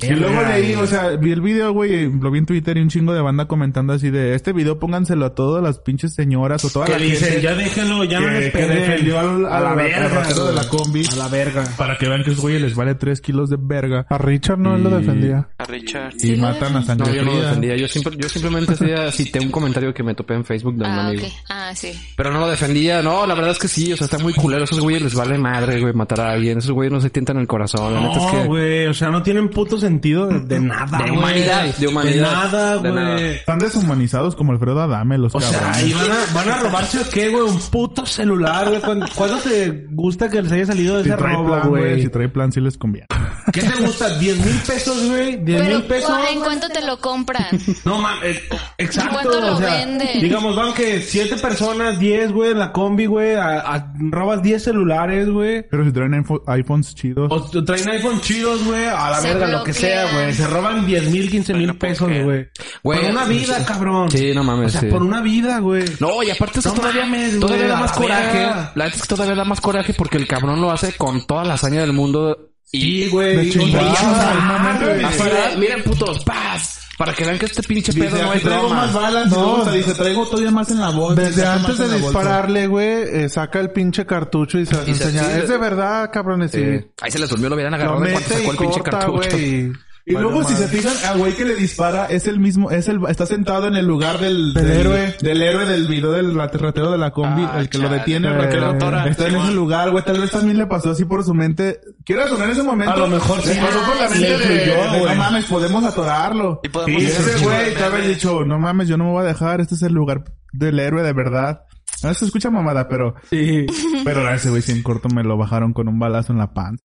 E: Y luego de ahí, o sea, vi el video, güey, y lo vi en Twitter y un chingo de banda comentando así de este video pónganselo a todas las pinches señoras o todas
C: Que
E: las
C: dicen, ya déjenlo, ya no les peleen.
E: defendió al,
C: A la verga.
E: de la combi
C: A la verga.
E: para que vean que esos güeyes les vale 3 kilos de verga
D: A Richard no él lo
E: Y-
D: defendía.
G: A Richard.
E: y matan a sangre
B: No, yo no lo
E: fría.
B: defendía. Yo, simple- yo simplemente hacía- cité un comentario que me topé en Facebook de un
F: Ah,
B: amigo.
F: ok. Ah, sí.
B: Pero no lo defendía. No, la verdad es que sí. O sea, está muy culero. Esos güeyes les vale madre, güey, matar a alguien. Esos güeyes no se tientan el corazón. La neta es
C: No,
B: que...
C: güey, o sea, no tienen puto sentido de, de nada,
B: De
C: güey.
B: humanidad, de humanidad.
C: De nada,
B: De
C: güey.
B: nada.
E: Están deshumanizados como Alfredo Adame, los
C: O sea,
E: cabrones.
C: ahí van a, van a robarse qué, güey, un puto celular, güey. ¿Cuándo, cuándo te gusta que les haya salido de
E: Si
C: ese
E: trae
C: robo,
E: plan, güey, si
C: güey?
E: trae plan, sí les conviene.
C: ¿Qué te gusta? ¿10 mil pesos, güey? ¿10
F: Pero,
C: mil pesos?
F: ¿cu- ¿en cuánto te lo compran?
C: No mames, eh, exacto.
F: ¿Cuánto lo
C: o sea,
F: venden?
C: Digamos, van que 7 personas, 10, güey, en la combi, güey, a- a- robas 10 celulares, güey.
E: Pero si traen iPhone- iPhones chidos,
C: O t- Pues, traen iPhone chidos, güey, a la
F: Se
C: verga, lo que
F: bloquean.
C: sea, güey. Se roban 10 mil, 15 mil pesos, güey. Por
B: Güey,
C: una vida,
B: sí.
C: cabrón.
B: Sí, no mames,
C: O sea,
B: sí.
C: por una vida, güey.
B: No, y aparte eso
C: No
B: todavía,
C: mames, güey,
B: todavía da
C: a
B: más
C: la
B: coraje.
C: verga.
B: La neta es que todavía da más coraje porque el cabrón lo hace con toda la hazaña del mundo. Y,
C: Sí, güey.
D: De
C: Y-
D: chingada,
C: Ah,
D: no
C: güey.
B: Así de, miren putos, paz. Para que vean que este pinche pedo
E: Dice,
B: no
E: "Aquí
B: es
E: traigo
B: broma.
E: más balas,
D: No.
E: no, dice, traigo todavía más en la bolsa.
D: Desde
E: saca
D: antes
E: más en
D: de
E: la bolsa".
D: dispararle, güey, eh, saca el pinche cartucho y se las
B: Y se-
D: enseña.
B: sí,
D: es de verdad, cabrones. y
B: Eh, ahí se les durmió, lo hubieran
D: Lo
B: agarrado en cuanto
D: mete
B: sacó
D: y
B: el pinche
D: corta,
B: cartucho.
D: güey.
E: Y luego
D: Vale,
E: si se
D: madre.
E: fijan, al güey que le dispara es el mismo, es el, está sentado en el lugar del, del, héroe, del héroe del video del ratero de la combi,
G: Ah,
E: el que lo
G: chale,
E: detiene,
D: pero
E: porque
D: qué doctora.
E: está en ese lugar, güey, tal vez también le pasó así por su mente. Quiero sonar en ese momento.
C: A lo mejor sí.
E: Le pasó por la
F: Sí,
E: mente
F: le
E: de,
C: influyó,
E: de, no
C: güey.
E: mames, podemos atorarlo.
G: Y podemos
E: Y
G: hacer un
E: ese
G: chingo de
E: güey te haber
G: memes.
E: dicho, no mames, yo no me voy a dejar, este es el lugar del héroe de verdad. No se escucha mamada, pero,
C: Sí.
E: pero a ese güey sí en corto me lo bajaron con un balazo en la panza.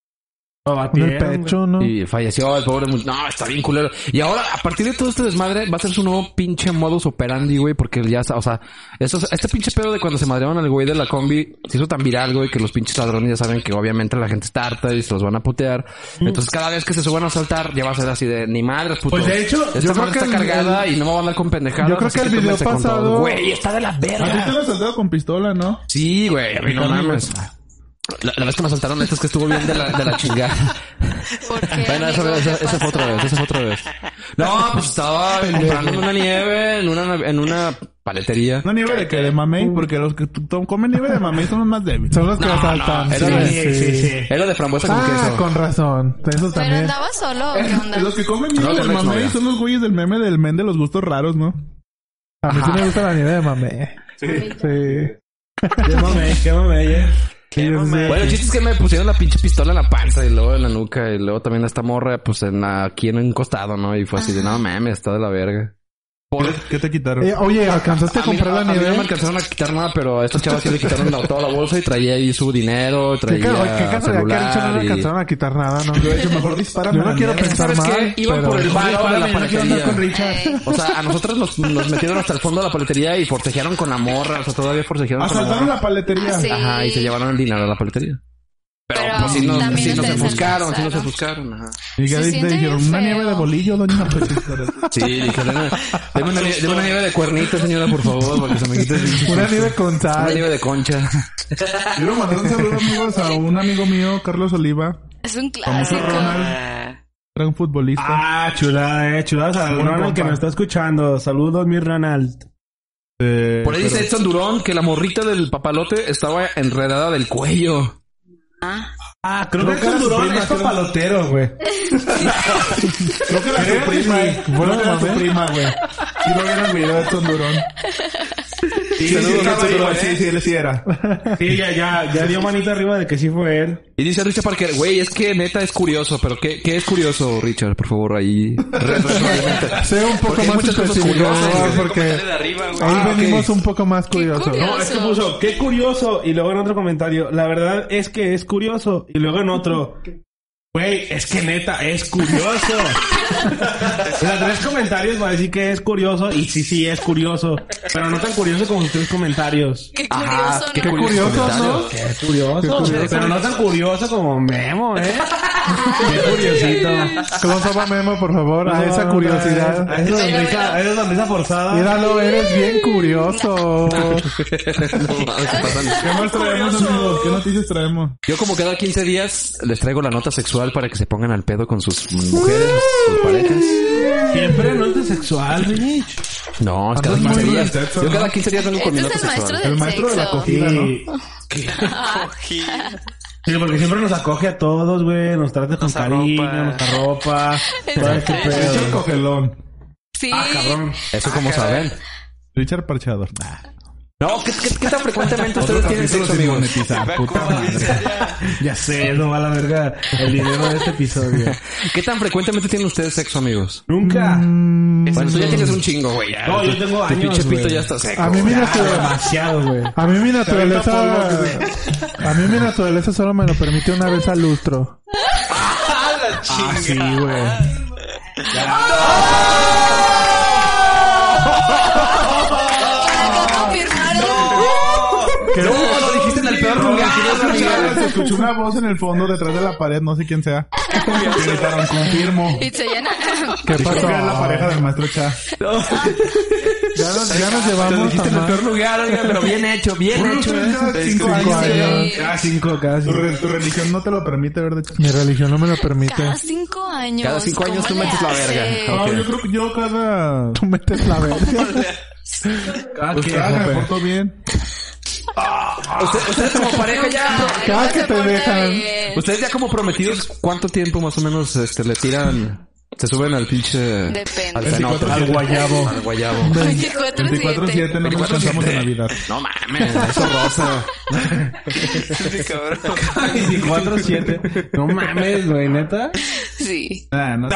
C: Lo
D: En el
C: batieron, güey.
D: pecho, ¿no?
B: Y falleció el pobre. mu- No, está bien culero. Y ahora, a partir de todo este desmadre, va a ser su nuevo pinche modus operandi, güey, porque ya, está- o sea, estos- este pinche pedo de cuando se madreaban al güey de la combi, se hizo tan viral, güey, que los pinches ladrones ya saben que obviamente la gente está harta y se los van a putear.
D: Mm.
B: Entonces, cada vez que se suban a saltar, ya va a ser así de ni madres, puto.
C: Pues, de hecho,
B: esta
D: yo creo
B: madre
D: que
B: está
D: el-
B: cargada y no me va a andar con pendejadas.
D: yo creo
B: así
D: que el video
B: tómense con
D: pasado-
B: todo. Güey, está de la
E: A ti te
B: verga.
E: lo saltado con pistola, ¿no?
B: Sí, güey, a mí no mames. La, la vez que me asaltaron, neta, es que estuvo bien de la, de la chingada.
F: Porque
B: Bueno, esa, esa- esa fue otra vez, esa fue otra vez. No, pues estaba comprando una nieve en una, en una paletería.
E: No nieve de que de mamey, porque los que t- t- comen nieve de mamey son los más débiles.
D: Son los que asaltan.
B: no,
D: sí,
B: era-
D: sí,
C: eh,
D: sí,
B: Era de frambuesa con
D: Ah,
B: queso.
D: con razón. De Esos
F: ¿Pero
D: también.
F: andaba solo o qué onda?
E: Los que comen nieve
B: No,
E: de
B: con la
E: mamey
B: exnovia.
E: son los güeyes del meme del men de los gustos raros, ¿no?
D: A mí sí me gusta la nieve de mame. Sí.
C: Qué mame, qué mame, eh.
D: Sí, sí, sí.
B: Bueno, el chiste es que me pusieron la pinche pistola en la panza y luego en la nuca y luego también esta morra, pues en la- aquí en un costado, ¿no? Y fue así de, no mames, está de la verga.
E: ¿Qué te quitaron?
D: Eh, oye, ¿alcanzaste a,
B: A mí,
D: comprar
B: no,
D: la
B: a mí no me
D: nieve?
B: alcanzaron a quitar nada, pero a esta chava sí le quitaron la- toda la bolsa y traía ahí su dinero,
D: Qué
B: traía
D: ca- qué casualidad que a Richard no
B: celular
D: le
B: y-
D: alcanzaron a quitar nada, ¿no?
E: mejor dispara.
D: Yo no quiero pensar
B: ¿Sabes
D: mal,
B: qué? Iban
D: pero-
B: por el barrio de la panadería.
F: Ey.
B: O sea, a nosotros nos, nos metieron hasta el fondo de la paletería y forcejearon con la morra. O sea, todavía forcejearon con la
E: Asaltaron
B: morra.
E: la paletería.
F: Sí.
B: Ajá, y se llevaron el dinero a la paletería. Pero,
F: Pero
B: pues sí nos,
F: también
B: sí nos
F: ustedes
B: embuscaron, sí nos
F: alcanzaron.
B: embuscaron. Ajá.
E: Y ya di- te
F: Se siente bien
E: dijeron, una
F: feo.
E: nieve de bolillo, doña.
B: Sí, dije, deme, deme una, nieve- deme una nieve de cuernita, señora, por favor, porque se me quita el pinche-
D: Una nieve con
B: Una
D: sal.
B: nieve de concha.
E: Quiero mandar un saludo, amigos, a un amigo mío, Carlos Oliva.
F: Es un clásico.
G: Ah,
E: Era un futbolista.
C: Ah, chulada, eh. Chuladas al
E: Bueno,
C: Ronald que
E: compa.
C: me está escuchando. Saludos, mi Ronald.
E: Eh,
B: Por ahí dice
E: pero-
B: Edson Durón que la morrita del papalote estaba enredada del cuello.
C: Ah, creo,
E: que
C: que
E: era
C: el
E: su
C: Durón
E: prima,
C: es
E: creo.
C: papalotero, güey.
E: Creo que era su prima, eh. Creo que era su prima, güey. Si no vieron el video de Edson Durón. Sí, sí,
C: saludos,
E: estaba
C: Edson
E: ahí,
C: Durón,
E: güey. sí, sí, él sí era.
C: Sí, ya, ya, ya dio manita arriba de que sí fue él.
B: Y dice Richard Parker, güey, es que neta es curioso, pero ¿qué, qué es curioso, Richard? Por favor, ahí. re- retroalimenta.
D: Sé un poco
B: Porque hay
D: más
B: muchas cosas
D: específico,
B: curiosas,
D: güey,
B: güey.
D: porque
G: de arriba, güey.
D: ahí
B: Ah, ok.
D: venimos un poco más curiosos.
F: curioso.
C: No, es que puso, qué curioso. Y luego en otro comentario, la verdad es que es curioso. Y luego en otro, Güey, es que neta, es curioso. Los tres comentarios va a decir que es curioso y sí, sí, es curioso. Pero no tan curioso como sus tres comentarios.
F: Qué curioso,
B: Ajá,
F: ¿no?
B: qué
D: curioso, ¿no?
C: Qué curioso, pero no tan curioso como Memo, ¿eh? Qué curiosito.
D: Close up a Memo, por favor, a esa curiosidad.
C: A esa sonrisa, a esa sonrisa forzada.
D: Míralo, eres bien curioso.
B: No mames, se pasan.
E: ¿Qué más traemos, amigos? ¿Qué noticias traemos?
B: Yo como cada 15 días les traigo la nota sexual para que se pongan al pedo con sus mujeres, sus parejas.
C: Siempre no es sexual, Rich.
B: No, es cada
E: Andas
B: 15
E: muy
B: días.
E: del sexo,
B: Yo
E: ¿no?
B: cada 15 días vengo con mi
F: Este
B: nota
F: es el maestro
B: sexual.
F: del
E: maestro de la
F: sexo.
E: cogida.
C: Sí. Sí, porque siempre nos acoge a todos, güey. Nos trata con
G: Nos
C: cariño,
G: arropa.
C: nos arropa. Todo este
E: Richard
C: pedo.
E: Cogelón.
F: Sí.
C: Ah, cabrón.
B: Eso como saben.
E: Richard Parchador. Nah.
B: No, ¿qué, qué, qué tan frecuentemente ustedes tienen sexo,
E: sin
B: amigos?
E: monetizar, puta madre.
C: Ya sé, no va a la verga el dinero de este episodio.
B: ¿Qué tan frecuentemente tienen ustedes sexo, amigos?
C: Nunca.
B: Bueno, tú ya tienes un chingo, güey. ya.
C: No, yo tengo
B: Tu
C: años,
B: pinche pito
C: güey.
B: ya está seco.
D: A mí mi
C: Ya,
D: naturaleza,
C: Ah, demasiado, güey.
D: a mí mi
E: avienta
D: naturaleza,
E: polvo,
D: a mí mi naturaleza solo me lo permite una vez al lustro.
C: Ah, sí, güey.
F: Para que confirmaron.
B: No, lo dijiste en el peor lugar.
E: Se escuchó una voz en el fondo detrás de la pared, no sé quién sea. Y Gritaron, confirmo.
F: Y se llena.
D: ¿Qué pasó?
E: Era la pareja del maestro Cha.
D: Ya nos, ya nos
B: Lo
D: llevamos
B: dijiste en
D: a
B: el
D: más.
B: peor lugar, oiga, pero bien hecho, bien hecho. ¿eh?
E: Cinco
D: Cinco
E: años.
D: años.
F: Sí.
E: Ah,
C: Cada cinco, cada
E: Tu,
C: cinco.
E: re- tu religión no te lo permite, ¿verdad?
D: Mi religión no me lo permite.
F: Cada cinco años.
B: Cada cinco
F: ¿cómo
B: años tú
F: le
B: metes la
F: haces?
B: verga.
E: No,
B: Ok.
E: yo creo que yo cada...
D: Tú metes la verga.
C: Cada
E: Pues
C: que-
E: cada que me porto bien.
B: Ustedes, ustedes como pareja ya...
F: Ay,
D: Cada
F: no
D: que
F: se
D: te
F: porta
D: dejan.
F: bien.
B: Ustedes ya como prometidos, ¿cuánto tiempo más o menos este, le tiran? Se suben al pinche...
F: Depende.
B: Al cenote. Al guayabo. Al guayabo.
E: 24-7
F: 24-7.
E: no nos cansamos de Navidad.
B: No mames, eso rosa.
G: cabrón.
C: 24-7. No mames, güey, neta.
F: Sí.
E: Nah, no,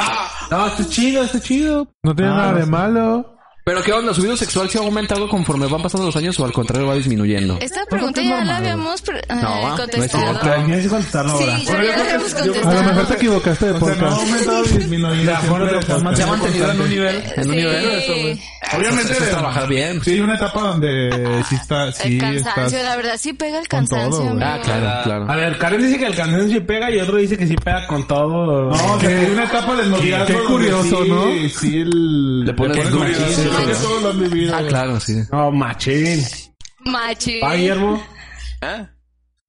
C: No, esto es chido, esto es chido.
D: No
E: Ah,
D: tiene nada de malo.
B: Pero qué onda, ¿su vida sexual se ha aumentado conforme van pasando los años o al contrario va disminuyendo?
F: Esta pregunta ya la habíamos pre- eh,
B: No, no es
F: contestado.
B: cierto.
C: Pero tienes que contestarlo ahora.
F: sí, ya, ya la habíamos
D: A lo mejor
F: contestado.
D: te equivocaste de
E: O sea, no ha
D: podcast.
E: aumentado disminuido.
C: Ya, fuera de
E: Siempre
C: podcast.
E: está
C: Se ha mantenido en un
B: nivel. En un nivel.
F: Sí.
E: Obviamente,
B: Eso es trabajar bien. pues,
E: Sí, hay una etapa donde sí está,
F: El
E: sí
F: cansancio,
E: estás.
F: la verdad sí pega el
E: con todo,
F: cansancio.
E: güey.
F: amigo.
B: Ah, claro,
C: A
B: claro.
C: ver, Karen dice que el cansancio sí pega y otro dice que sí pega con todo.
E: No, que hay una etapa del noviazgo.
D: qué
E: donde
D: curioso,
E: sí,
D: ¿no?
E: Sí, el...
B: Le pones
E: le
B: durísimo,
E: durísimo,
B: sí,
E: Creo que
B: ¿no?
E: todos lo han vivido.
B: Ah,
E: güey.
B: claro, sí.
C: No, machín.
F: Machi.
C: Va, Guillermo.
G: ¿Ah?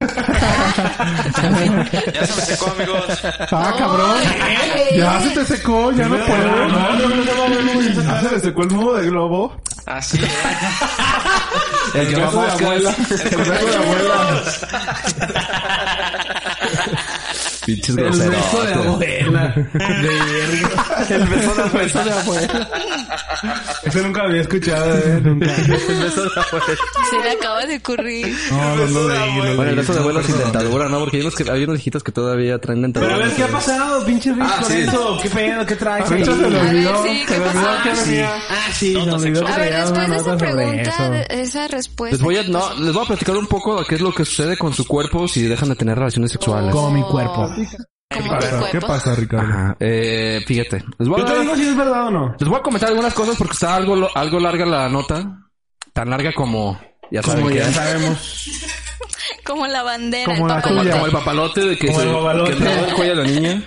G: ya se me secó, amigos.
D: Ah, cabrón.
F: Ay,
D: Ya se te secó, ya no
E: No,
D: puedo.
E: no, no, no, no, no, no, no, se le secó el nudo de globo.
G: Así es.
B: El que va
E: beso de
B: moscas.
E: abuela. El beso de abuela.
B: Pinches
C: El
B: groseros.
C: beso de abuela.
B: El beso de abuela.
C: Eso nunca lo había escuchado, eh. Nunca.
F: Se le acaba de ocurrir.
E: No, no, no, no.
B: Bueno, el beso de abuela sin dentadura, ¿no? Porque hay unos, que, hay unos hijitos que todavía traen
C: Pero a
B: dentadura.
C: ver, ¿qué ha pasado, pinche Rich, con eso? ¿Qué pedo? ¿Qué traes? ahí?
D: se lo
F: A ver,
D: olvidó.
F: sí, ¿qué
D: Se lo olvidó
F: pasó?
D: que
F: Sí.
D: venía.
C: Ah, sí, no,
F: A ver, después de esa pregunta, de- esa respuesta.
B: Les Pues voy a, no, les voy a platicar un poco de qué es lo que sucede con su cuerpo si dejan de tener relaciones sexuales.
C: Como mi cuerpo.
F: Como tu
E: ¿Qué
F: cuerpo.
E: pasa, Ricardo?
B: Ajá. Eh, fíjate. Les voy,
C: Yo
B: a
C: te digo si es verdad o no.
B: les voy a comentar algunas cosas porque está algo, lo- algo larga la nota. Tan larga como, ya saben
C: Como
B: que
C: ya
B: es.
C: sabemos.
F: Como la bandera,
D: Como
F: el
D: la
B: Como,
F: papalote.
D: tuya.
B: como el papalote de que
C: Como
B: se
C: el papalote.
B: que entraba el cuello de la niña.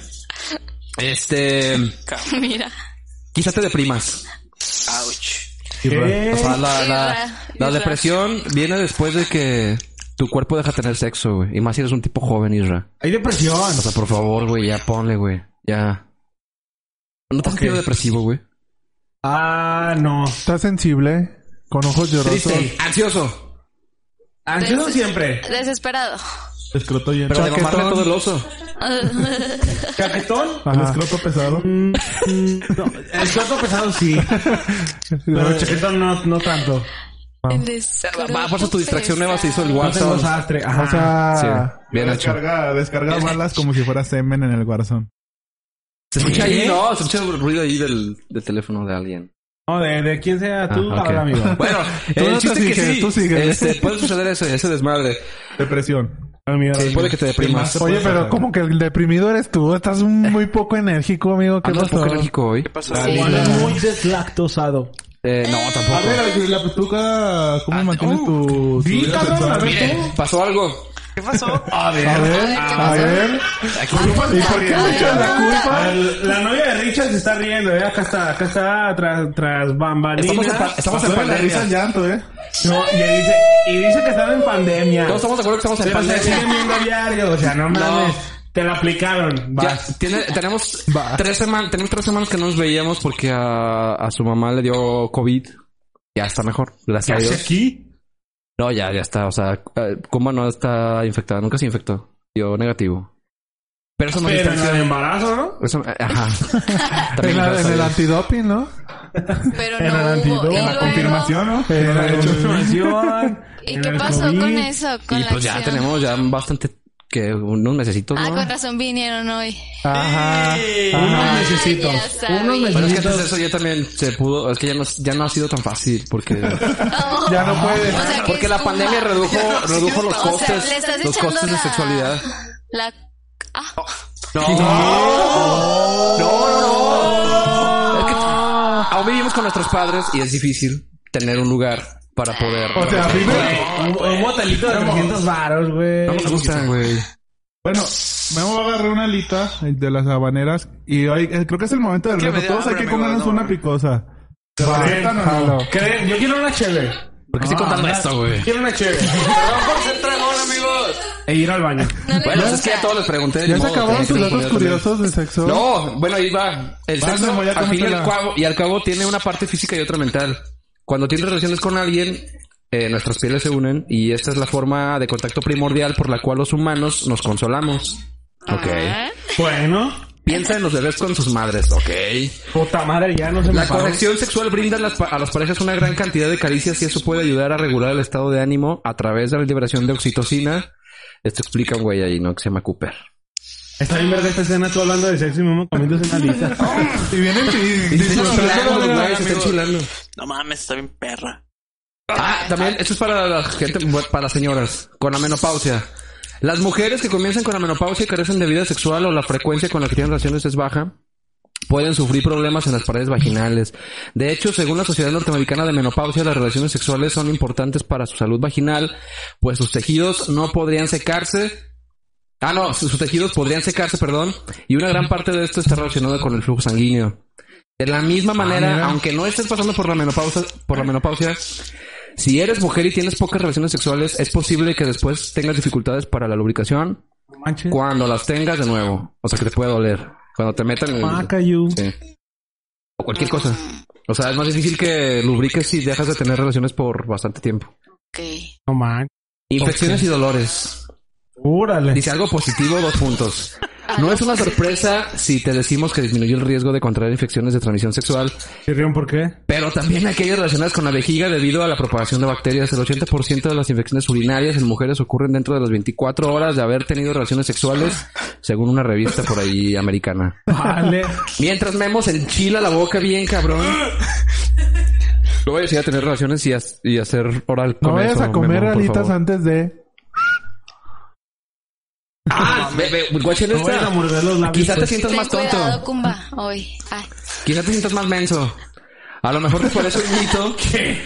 B: Este,
F: Mira.
B: quizá te deprimas.
G: Ouch.
B: O sea, la,
F: Sí,
B: la-
F: ra-
B: la
F: ra.
B: depresión viene después de que tu cuerpo deja tener sexo, güey. Y más si eres un tipo joven, Isra.
C: Hay depresión.
B: O sea, por favor, güey, ya ponle, güey. Ya. ¿No te has sentido depresivo, güey?
C: Ah, no.
D: Está sensible, con ojos llorosos.
B: Triste, ansioso.
C: Ansioso siempre.
F: Desesperado.
E: Escroto lleno.
B: Pero de mamarle todo el oso.
C: ¿Chaquetón?
E: El
D: Ajá.
E: escroto pesado.
C: Mm, mm, no. El choto pesado sí. Pero el chaquetón no, no tanto.
F: El
B: Va,
F: desesperado.
B: por eso tu distracción nueva se hizo el
C: No tengo
B: WhatsApp.
C: sastre. Ajá.
D: O sea,
B: Sí, bien hecho.
E: Descarga, descarga balas como si fuera semen en el Warzone.
B: Se escucha
C: ¿Sí?
B: ahí, no, se escucha el ruido ahí del, del teléfono de alguien.
C: No, de, de quién sea tú,
B: Ah, ok.
C: habla, amigo.
B: Bueno,
D: Tú
B: el
D: no te
B: chiste es que
D: fijes,
B: sí,
D: tú sigue.
B: este, puede suceder ese, ese desmadre.
E: Depresión.
C: Amigo,
B: Sí, puede que te deprimas.
E: más-
D: Oye, pero como que el deprimido eres tú. Estás un- muy poco enérgico, amigo. ¿Qué
B: Andas un
D: pasó?
B: poco enérgico hoy.
G: ¿Qué pasó?
F: Sí.
C: Juan es muy deslactosado.
B: Eh, no,
E: A
B: tampoco.
E: ver, la petuca, ¿cómo mantienes tu...
C: Sí,
E: vida
C: cabrón,
E: sexual?
C: a ver.
B: Miren, pasó algo.
G: ¿Qué pasó?
D: A ver, a ver. ¿Y por qué le echas la culpa?
C: A ver, La novia de Richard se está riendo, ¿eh? Acá está, acá está tras, tras
B: Estamos en, pa-
C: bambalinas.
B: estamos en
E: Sube la risa al
B: pandemia.
E: llanto, eh.
C: No, y, ahí dice, y dice que están en pandemia.
B: Todos estamos de acuerdo que estamos en
C: Pero se
B: pandemia.
C: siguen viendo diario, o sea, no mames. Te la aplicaron.
B: Ya,
C: Vas.
B: tiene- tenemos tres semanas, tenemos tres semanas que no nos veíamos porque a, a su mamá le dio COVID. Ya está mejor, gracias a
C: hace
B: Dios.
C: aquí?
B: No, ya, ya está. O sea, eh, Kumba no está infectada, nunca se infectó. Dio negativo. Pero eso no es
C: Pero en el embarazo, ¿no?
B: Eso, eh, ajá.
D: En,
B: También
D: la-
B: gracias
D: en
B: a
D: el
B: Dios.
D: antidoping, ¿no?
F: Pero
C: En
F: no
C: el
F: hubo.
C: antidoping,
F: Y
C: la
F: luego-
E: Confirmación, ¿no?
D: Eh,
C: En la menstruación,
F: ¿Y
C: en
F: qué
C: el
F: pasó
C: COVID.
F: con eso? Con
B: Y
F: la
B: pues ya
F: acción?
B: tenemos ya bastante que unos mesecitos,
F: Ah,
B: ¿no?
F: con razón vinieron hoy.
D: Ajá.
C: Unos
F: Ah,
C: necesitos.
F: ya sabía.
B: Pero
C: Unos
B: es que
C: necesitos.
B: antes de eso ya también se pudo, es que ya no, ya no ha sido tan fácil porque
D: Ya no puede.
F: O sea, que
B: porque la
F: es como-
B: pandemia redujo redujo los
F: O sea,
B: costes,
F: le estás
B: los
F: echando
B: costes de
F: la-
B: sexualidad.
F: La. Ah,
B: No. No,
G: Ah.
B: no, no. Es que aún vivimos con nuestros padres y es difícil tener un lugar para poder.
D: O sea, vive.
C: Un, un motelito de 300 varos, güey.
B: no nos gustan, güey.
E: Bueno, me voy a agarrar una alita eh, de las habaneras y hoy, eh, creo que es el momento del
G: Que me
E: reto.
G: dé
E: Todos
G: hambre,
E: hay que
G: amigo,
E: comernos
G: no.
E: una picosa. ¿Te
D: Va,
E: aceptan o no?
D: jalo.
C: ¿Creen? Yo quiero una chévere.
B: Porque estoy contando esto, güey.
C: Quiero una chévere.
G: Ah. Perdón por ser tragón, amigos.
C: E ir al baño.
F: no le
B: Bueno,
F: gusta.
B: es que a todos les pregunté.
D: Ya
B: ni
D: se
B: modo, tenía
D: acabaron tus
B: que
D: datos
B: responder
D: curiosos de sexo.
B: No, bueno, ahí va. El
E: Vas,
B: sexo,
E: Memo, ya
B: al fin y al
E: coméntala.
B: cabo, y al cabo, tiene una parte física y otra mental. Cuando tienes relaciones con alguien, eh, nuestras pieles se unen y esta es la forma de contacto primordial por la cual los humanos nos consolamos. Ok.
F: Ah,
C: Bueno,
B: Piensa en los bebés con sus madres. Ok.
C: puta madre, ya no se me
B: La
C: paró.
B: conexión sexual brinda a las, pa- a las parejas una gran cantidad de caricias y eso puede ayudar a regular el estado de ánimo a través de la liberación de oxitocina. Esto explica un güey ahí, ¿no? Que se llama Cooper.
C: Está bien verga esta escena, tú hablando de sexo y me comiéndose una lista.
D: Y vienen y- y-
B: Están
G: chulando,
B: chulando, güey, se
G: amigo.
B: están chulando.
G: No mames, está bien perra.
B: Ah, también, esto es para la gente, para las señoras, con la menopausia. Las mujeres que comienzan con la menopausia y carecen de vida sexual o la frecuencia con la que tienen relaciones es baja, pueden sufrir problemas en las paredes vaginales. De hecho, según la Sociedad Norteamericana de Menopausia, las relaciones sexuales son importantes para su salud vaginal, pues sus tejidos no podrían secarse. Ah, no, sus sus tejidos podrían secarse, perdón, y una gran parte de esto está relacionada con el flujo sanguíneo. De la misma manera, aunque no estés pasando por la menopausia, por la menopausia, si eres mujer y tienes pocas relaciones sexuales, es posible que después tengas dificultades para la lubricación
C: Manches.
B: cuando las tengas de nuevo. O sea, que te puede doler. Cuando te metan el-
C: Macayu.
B: Sí. O cualquier cosa. O sea, es más difícil que lubriques si dejas de tener relaciones por bastante tiempo.
F: ok.
C: No manches.
B: Infecciones y dolores.
C: Úrale.
B: Dice algo positivo, dos puntos. No es una sorpresa si te decimos que disminuye el riesgo de contraer infecciones de transmisión sexual
C: Chirrión, ¿por qué?
B: Pero también aquellas relacionadas con la vejiga debido a la propagación de bacterias. El 80% de las infecciones urinarias en mujeres ocurren dentro de las 24 horas de haber tenido relaciones sexuales, según una revista por ahí americana.
C: Vale.
B: Mientras Memo se enchila la boca bien, cabrón. Luego voy a a tener relaciones y, a- y hacer oral con
D: No vayas
B: eso,
D: a
B: Memo,
D: comer
B: por
D: alitas
B: favor.
D: antes de.
B: Ah, ve, ve, guachen
C: No voy a
B: esta.
C: morder los labios.
B: Quizá te
C: pues.
B: sientas
F: Ten
B: más tonto.
F: cuidado, Kumba, hoy. Ay,
B: Quizá te sientas más menso. A lo mejor te parece un mito.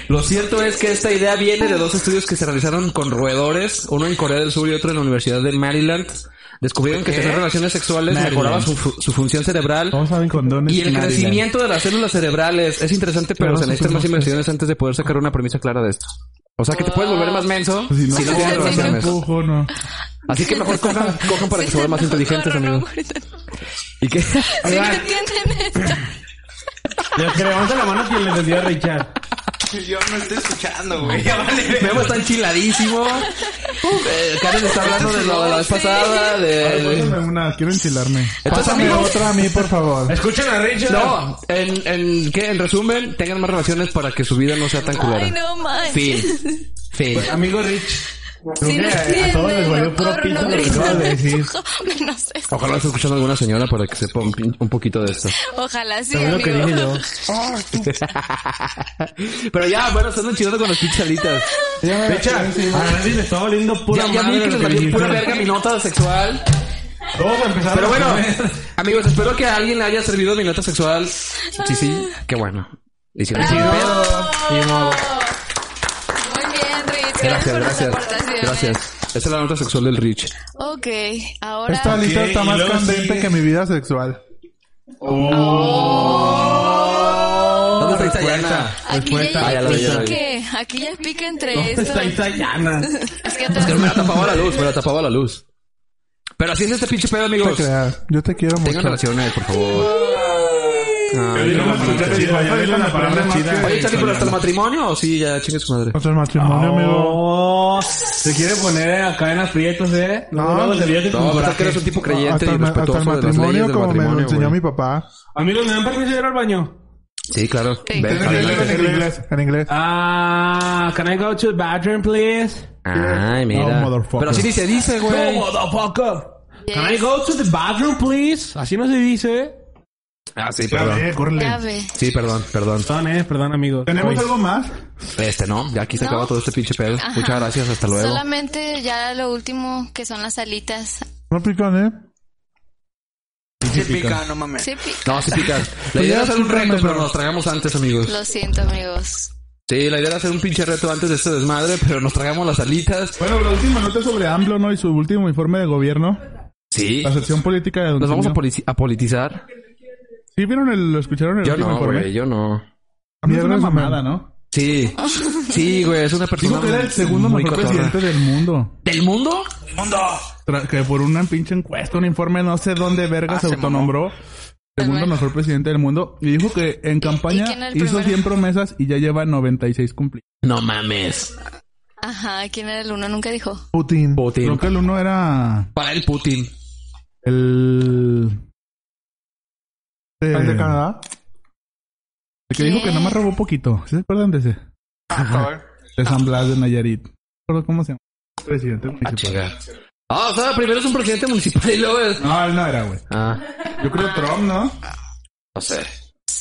B: Lo cierto es que esta idea viene de dos estudios que se realizaron con roedores, uno en Corea del Sur y otro en la Universidad de Maryland. Descubrieron que tener relaciones sexuales mejoraba su, fu- su función cerebral
E: Todos saben condones.
B: y el
E: nadie.
B: crecimiento de las células cerebrales. Es interesante, pero se necesitan más investigaciones antes de poder sacar una premisa clara de esto. O sea que te puedes volver más menso
E: Si no,
B: Pues si no tienes
E: no,
B: relaciones.
E: empujo, no.
B: Así que mejor cojan, cojan para que se vuelvan más inteligentes, amigos. ¿Y qué?
F: Si no entienden esto.
C: Le- Que levanta la mano quien le entendió a Richard.
G: Yo no estoy escuchando, güey. Ya vale.
B: Memo está enchiladísimo. Eh, Karen está hablando de lo de la vez pasada. De...
E: Pásame una, quiero enchilarme.
B: Entonces,
D: Pásame
B: amigos,
D: otra a mí, por favor.
C: Escuchen a Richard.
B: no, en, en, ¿qué? en resumen, tengan más relaciones para que su vida no sea tan culera.
F: Ay, no manches.
B: Fin. Fin.
C: Amigo Rich.
F: Si no
E: a todos les
F: entienden,
E: valió
F: no
E: puro
F: corro,
E: pito
F: no
E: lo que
F: grito,
E: acabas
F: no
E: de decir.
F: empujo, menos eso.
B: Ojalá esté escuchando alguna señora para que sepa un, pin- un poquito de esto.
F: Ojalá sí,
E: También lo que dije yo.
F: amigo.
B: Pero ya, bueno, se andan chillando con las pinches alitas.
C: Fecha, a Randy le está oliendo pura
B: Ya, ya vi
C: madre
B: que
C: lo
B: les
C: que
B: valió
C: dijiste.
B: pura verga mi nota sexual.
E: Todos empezaron
B: Pero
E: a
B: bueno,
E: comer.
B: amigos, espero que a alguien le haya servido mi nota sexual. Sí, sí, qué bueno. Y si no, sí,
F: Bravo.
B: pero-
F: Muy bien, Rich.
B: Gracias,
F: por tus
B: gracias.
F: aportaciones.
B: Gracias. Esa es la nota sexual del Rich.
F: Ok, ahora...
D: Esta lista está
E: y
D: más
E: luego
D: candente
E: sigue.
D: que mi vida sexual.
B: ¿Dónde está Itayana?
F: Oh. Aquí ya,
E: Respuesta.
B: Ah, ya
F: ya
B: lo vi, ya lo vi.
F: pique, aquí ya pique entre
C: Está
F: estos.
C: Itayana.
F: Es que
B: Es que me la
F: todos-
B: tapaba la luz, me la tapaba la luz. Pero así es este pinche pedo,
D: No
B: amigos.
D: te creas. Yo te quiero mucho.
B: Tengan relaciones, por favor. Ay.
E: Yo
C: Ay,
E: digo, la palabra
C: chida, ya
E: chida,
C: vi
E: yo digo
C: la
E: la palabra
C: palabra
E: chida.
C: chida.
B: Oye, Charlie, ¿pero hasta el matrimonio? o Sí, ya chingue su madre.
D: Otro matrimonio, amigo.
C: Oh, se quiere poner acá en aprietos, eh. No, pues
D: No,
C: luego se vierte
B: No,
C: con
B: pero es
C: coraje.
B: que eres un tipo creyente
D: Hasta
B: y
D: el, ma- hasta el
B: respetuoso de las
D: matrimonio,
B: leyes del
D: como me lo
B: matrimonio.
D: enseñó mi
B: güey.
D: papá.
C: Amigos, ¿me dan permiso de ir al baño?
B: Sí, claro.
F: Sí.
B: Ven, adelante.
E: En inglés.
D: En inglés.
C: Ah, can I go to the bathroom, please?
B: Ay, mira.
E: No, motherfucker.
B: Pero así ni se dice, güey.
C: Oh, motherfucker. Can I go to the bathroom, please? Así no se dice.
B: Ah, sí,
E: Ya
B: perdón.
D: Eh,
E: ve, córrele.
F: Ya ve.
B: Sí, perdón, perdón.
C: Perdón, eh, perdón, amigos.
E: ¿Tenemos
C: Oye.
E: algo más?
B: Este, no, ya aquí se acaba todo este pinche pedo. Muchas gracias, hasta luego.
F: Solamente ya lo último que son las alitas.
D: No pican, ¿eh?
G: Se pica, no mames.
F: Sí, pica.
B: No, sí pican. La idea era hacer un reto, pero nos tragamos antes, amigos.
F: Lo siento, amigos.
B: Sí, la idea era hacer un pinche reto antes de este desmadre, pero nos tragamos las alitas.
E: Bueno, la última nota sobre AMLO, ¿no? Y su último informe de gobierno.
B: Sí.
E: La sección política de Don
B: Nos vamos a,
E: Silvio.
B: polici- a politizar.
E: ¿Sí vieron el... lo escucharon el
B: Yo
E: último
B: no,
E: informe?
B: güey, yo no.
E: AMLO es
D: Mierda,
E: una mamada, ¿no?
B: Sí. Sí, güey, es una persona
E: Dijo que era el segundo
B: muy
E: mejor
B: cotorra.
E: presidente del mundo.
B: ¿Del mundo?
E: Tra- que por una pinche encuesta, un informe, no sé dónde verga
G: Ah,
E: se
G: se
E: autonombró. Segundo
F: Bueno.
E: mejor presidente del mundo. Y dijo que en campaña
F: quién era el
E: hizo
F: primero?
E: 100 promesas y ya lleva 96 cumplidas.
B: No mames.
F: Ajá, ¿quién era el uno? Nunca dijo.
D: Putin.
E: Creo
B: Putin.
E: que el uno era
B: Para el Putin.
E: el...
D: ¿El de
E: eh,
D: Canadá?
E: El que dijo que nada más robó poquito. ¿Sí se acuerdan de ese? De San Blas de Nayarit. No recuerdo cómo se llama. Presidente
B: A
E: municipal.
B: chingar. Ah, o sea, primero es un presidente municipal y luego es...
E: No, él no era, güey. Ah,
B: Ah,
E: Yo creo Trump, ¿no?
B: no sé.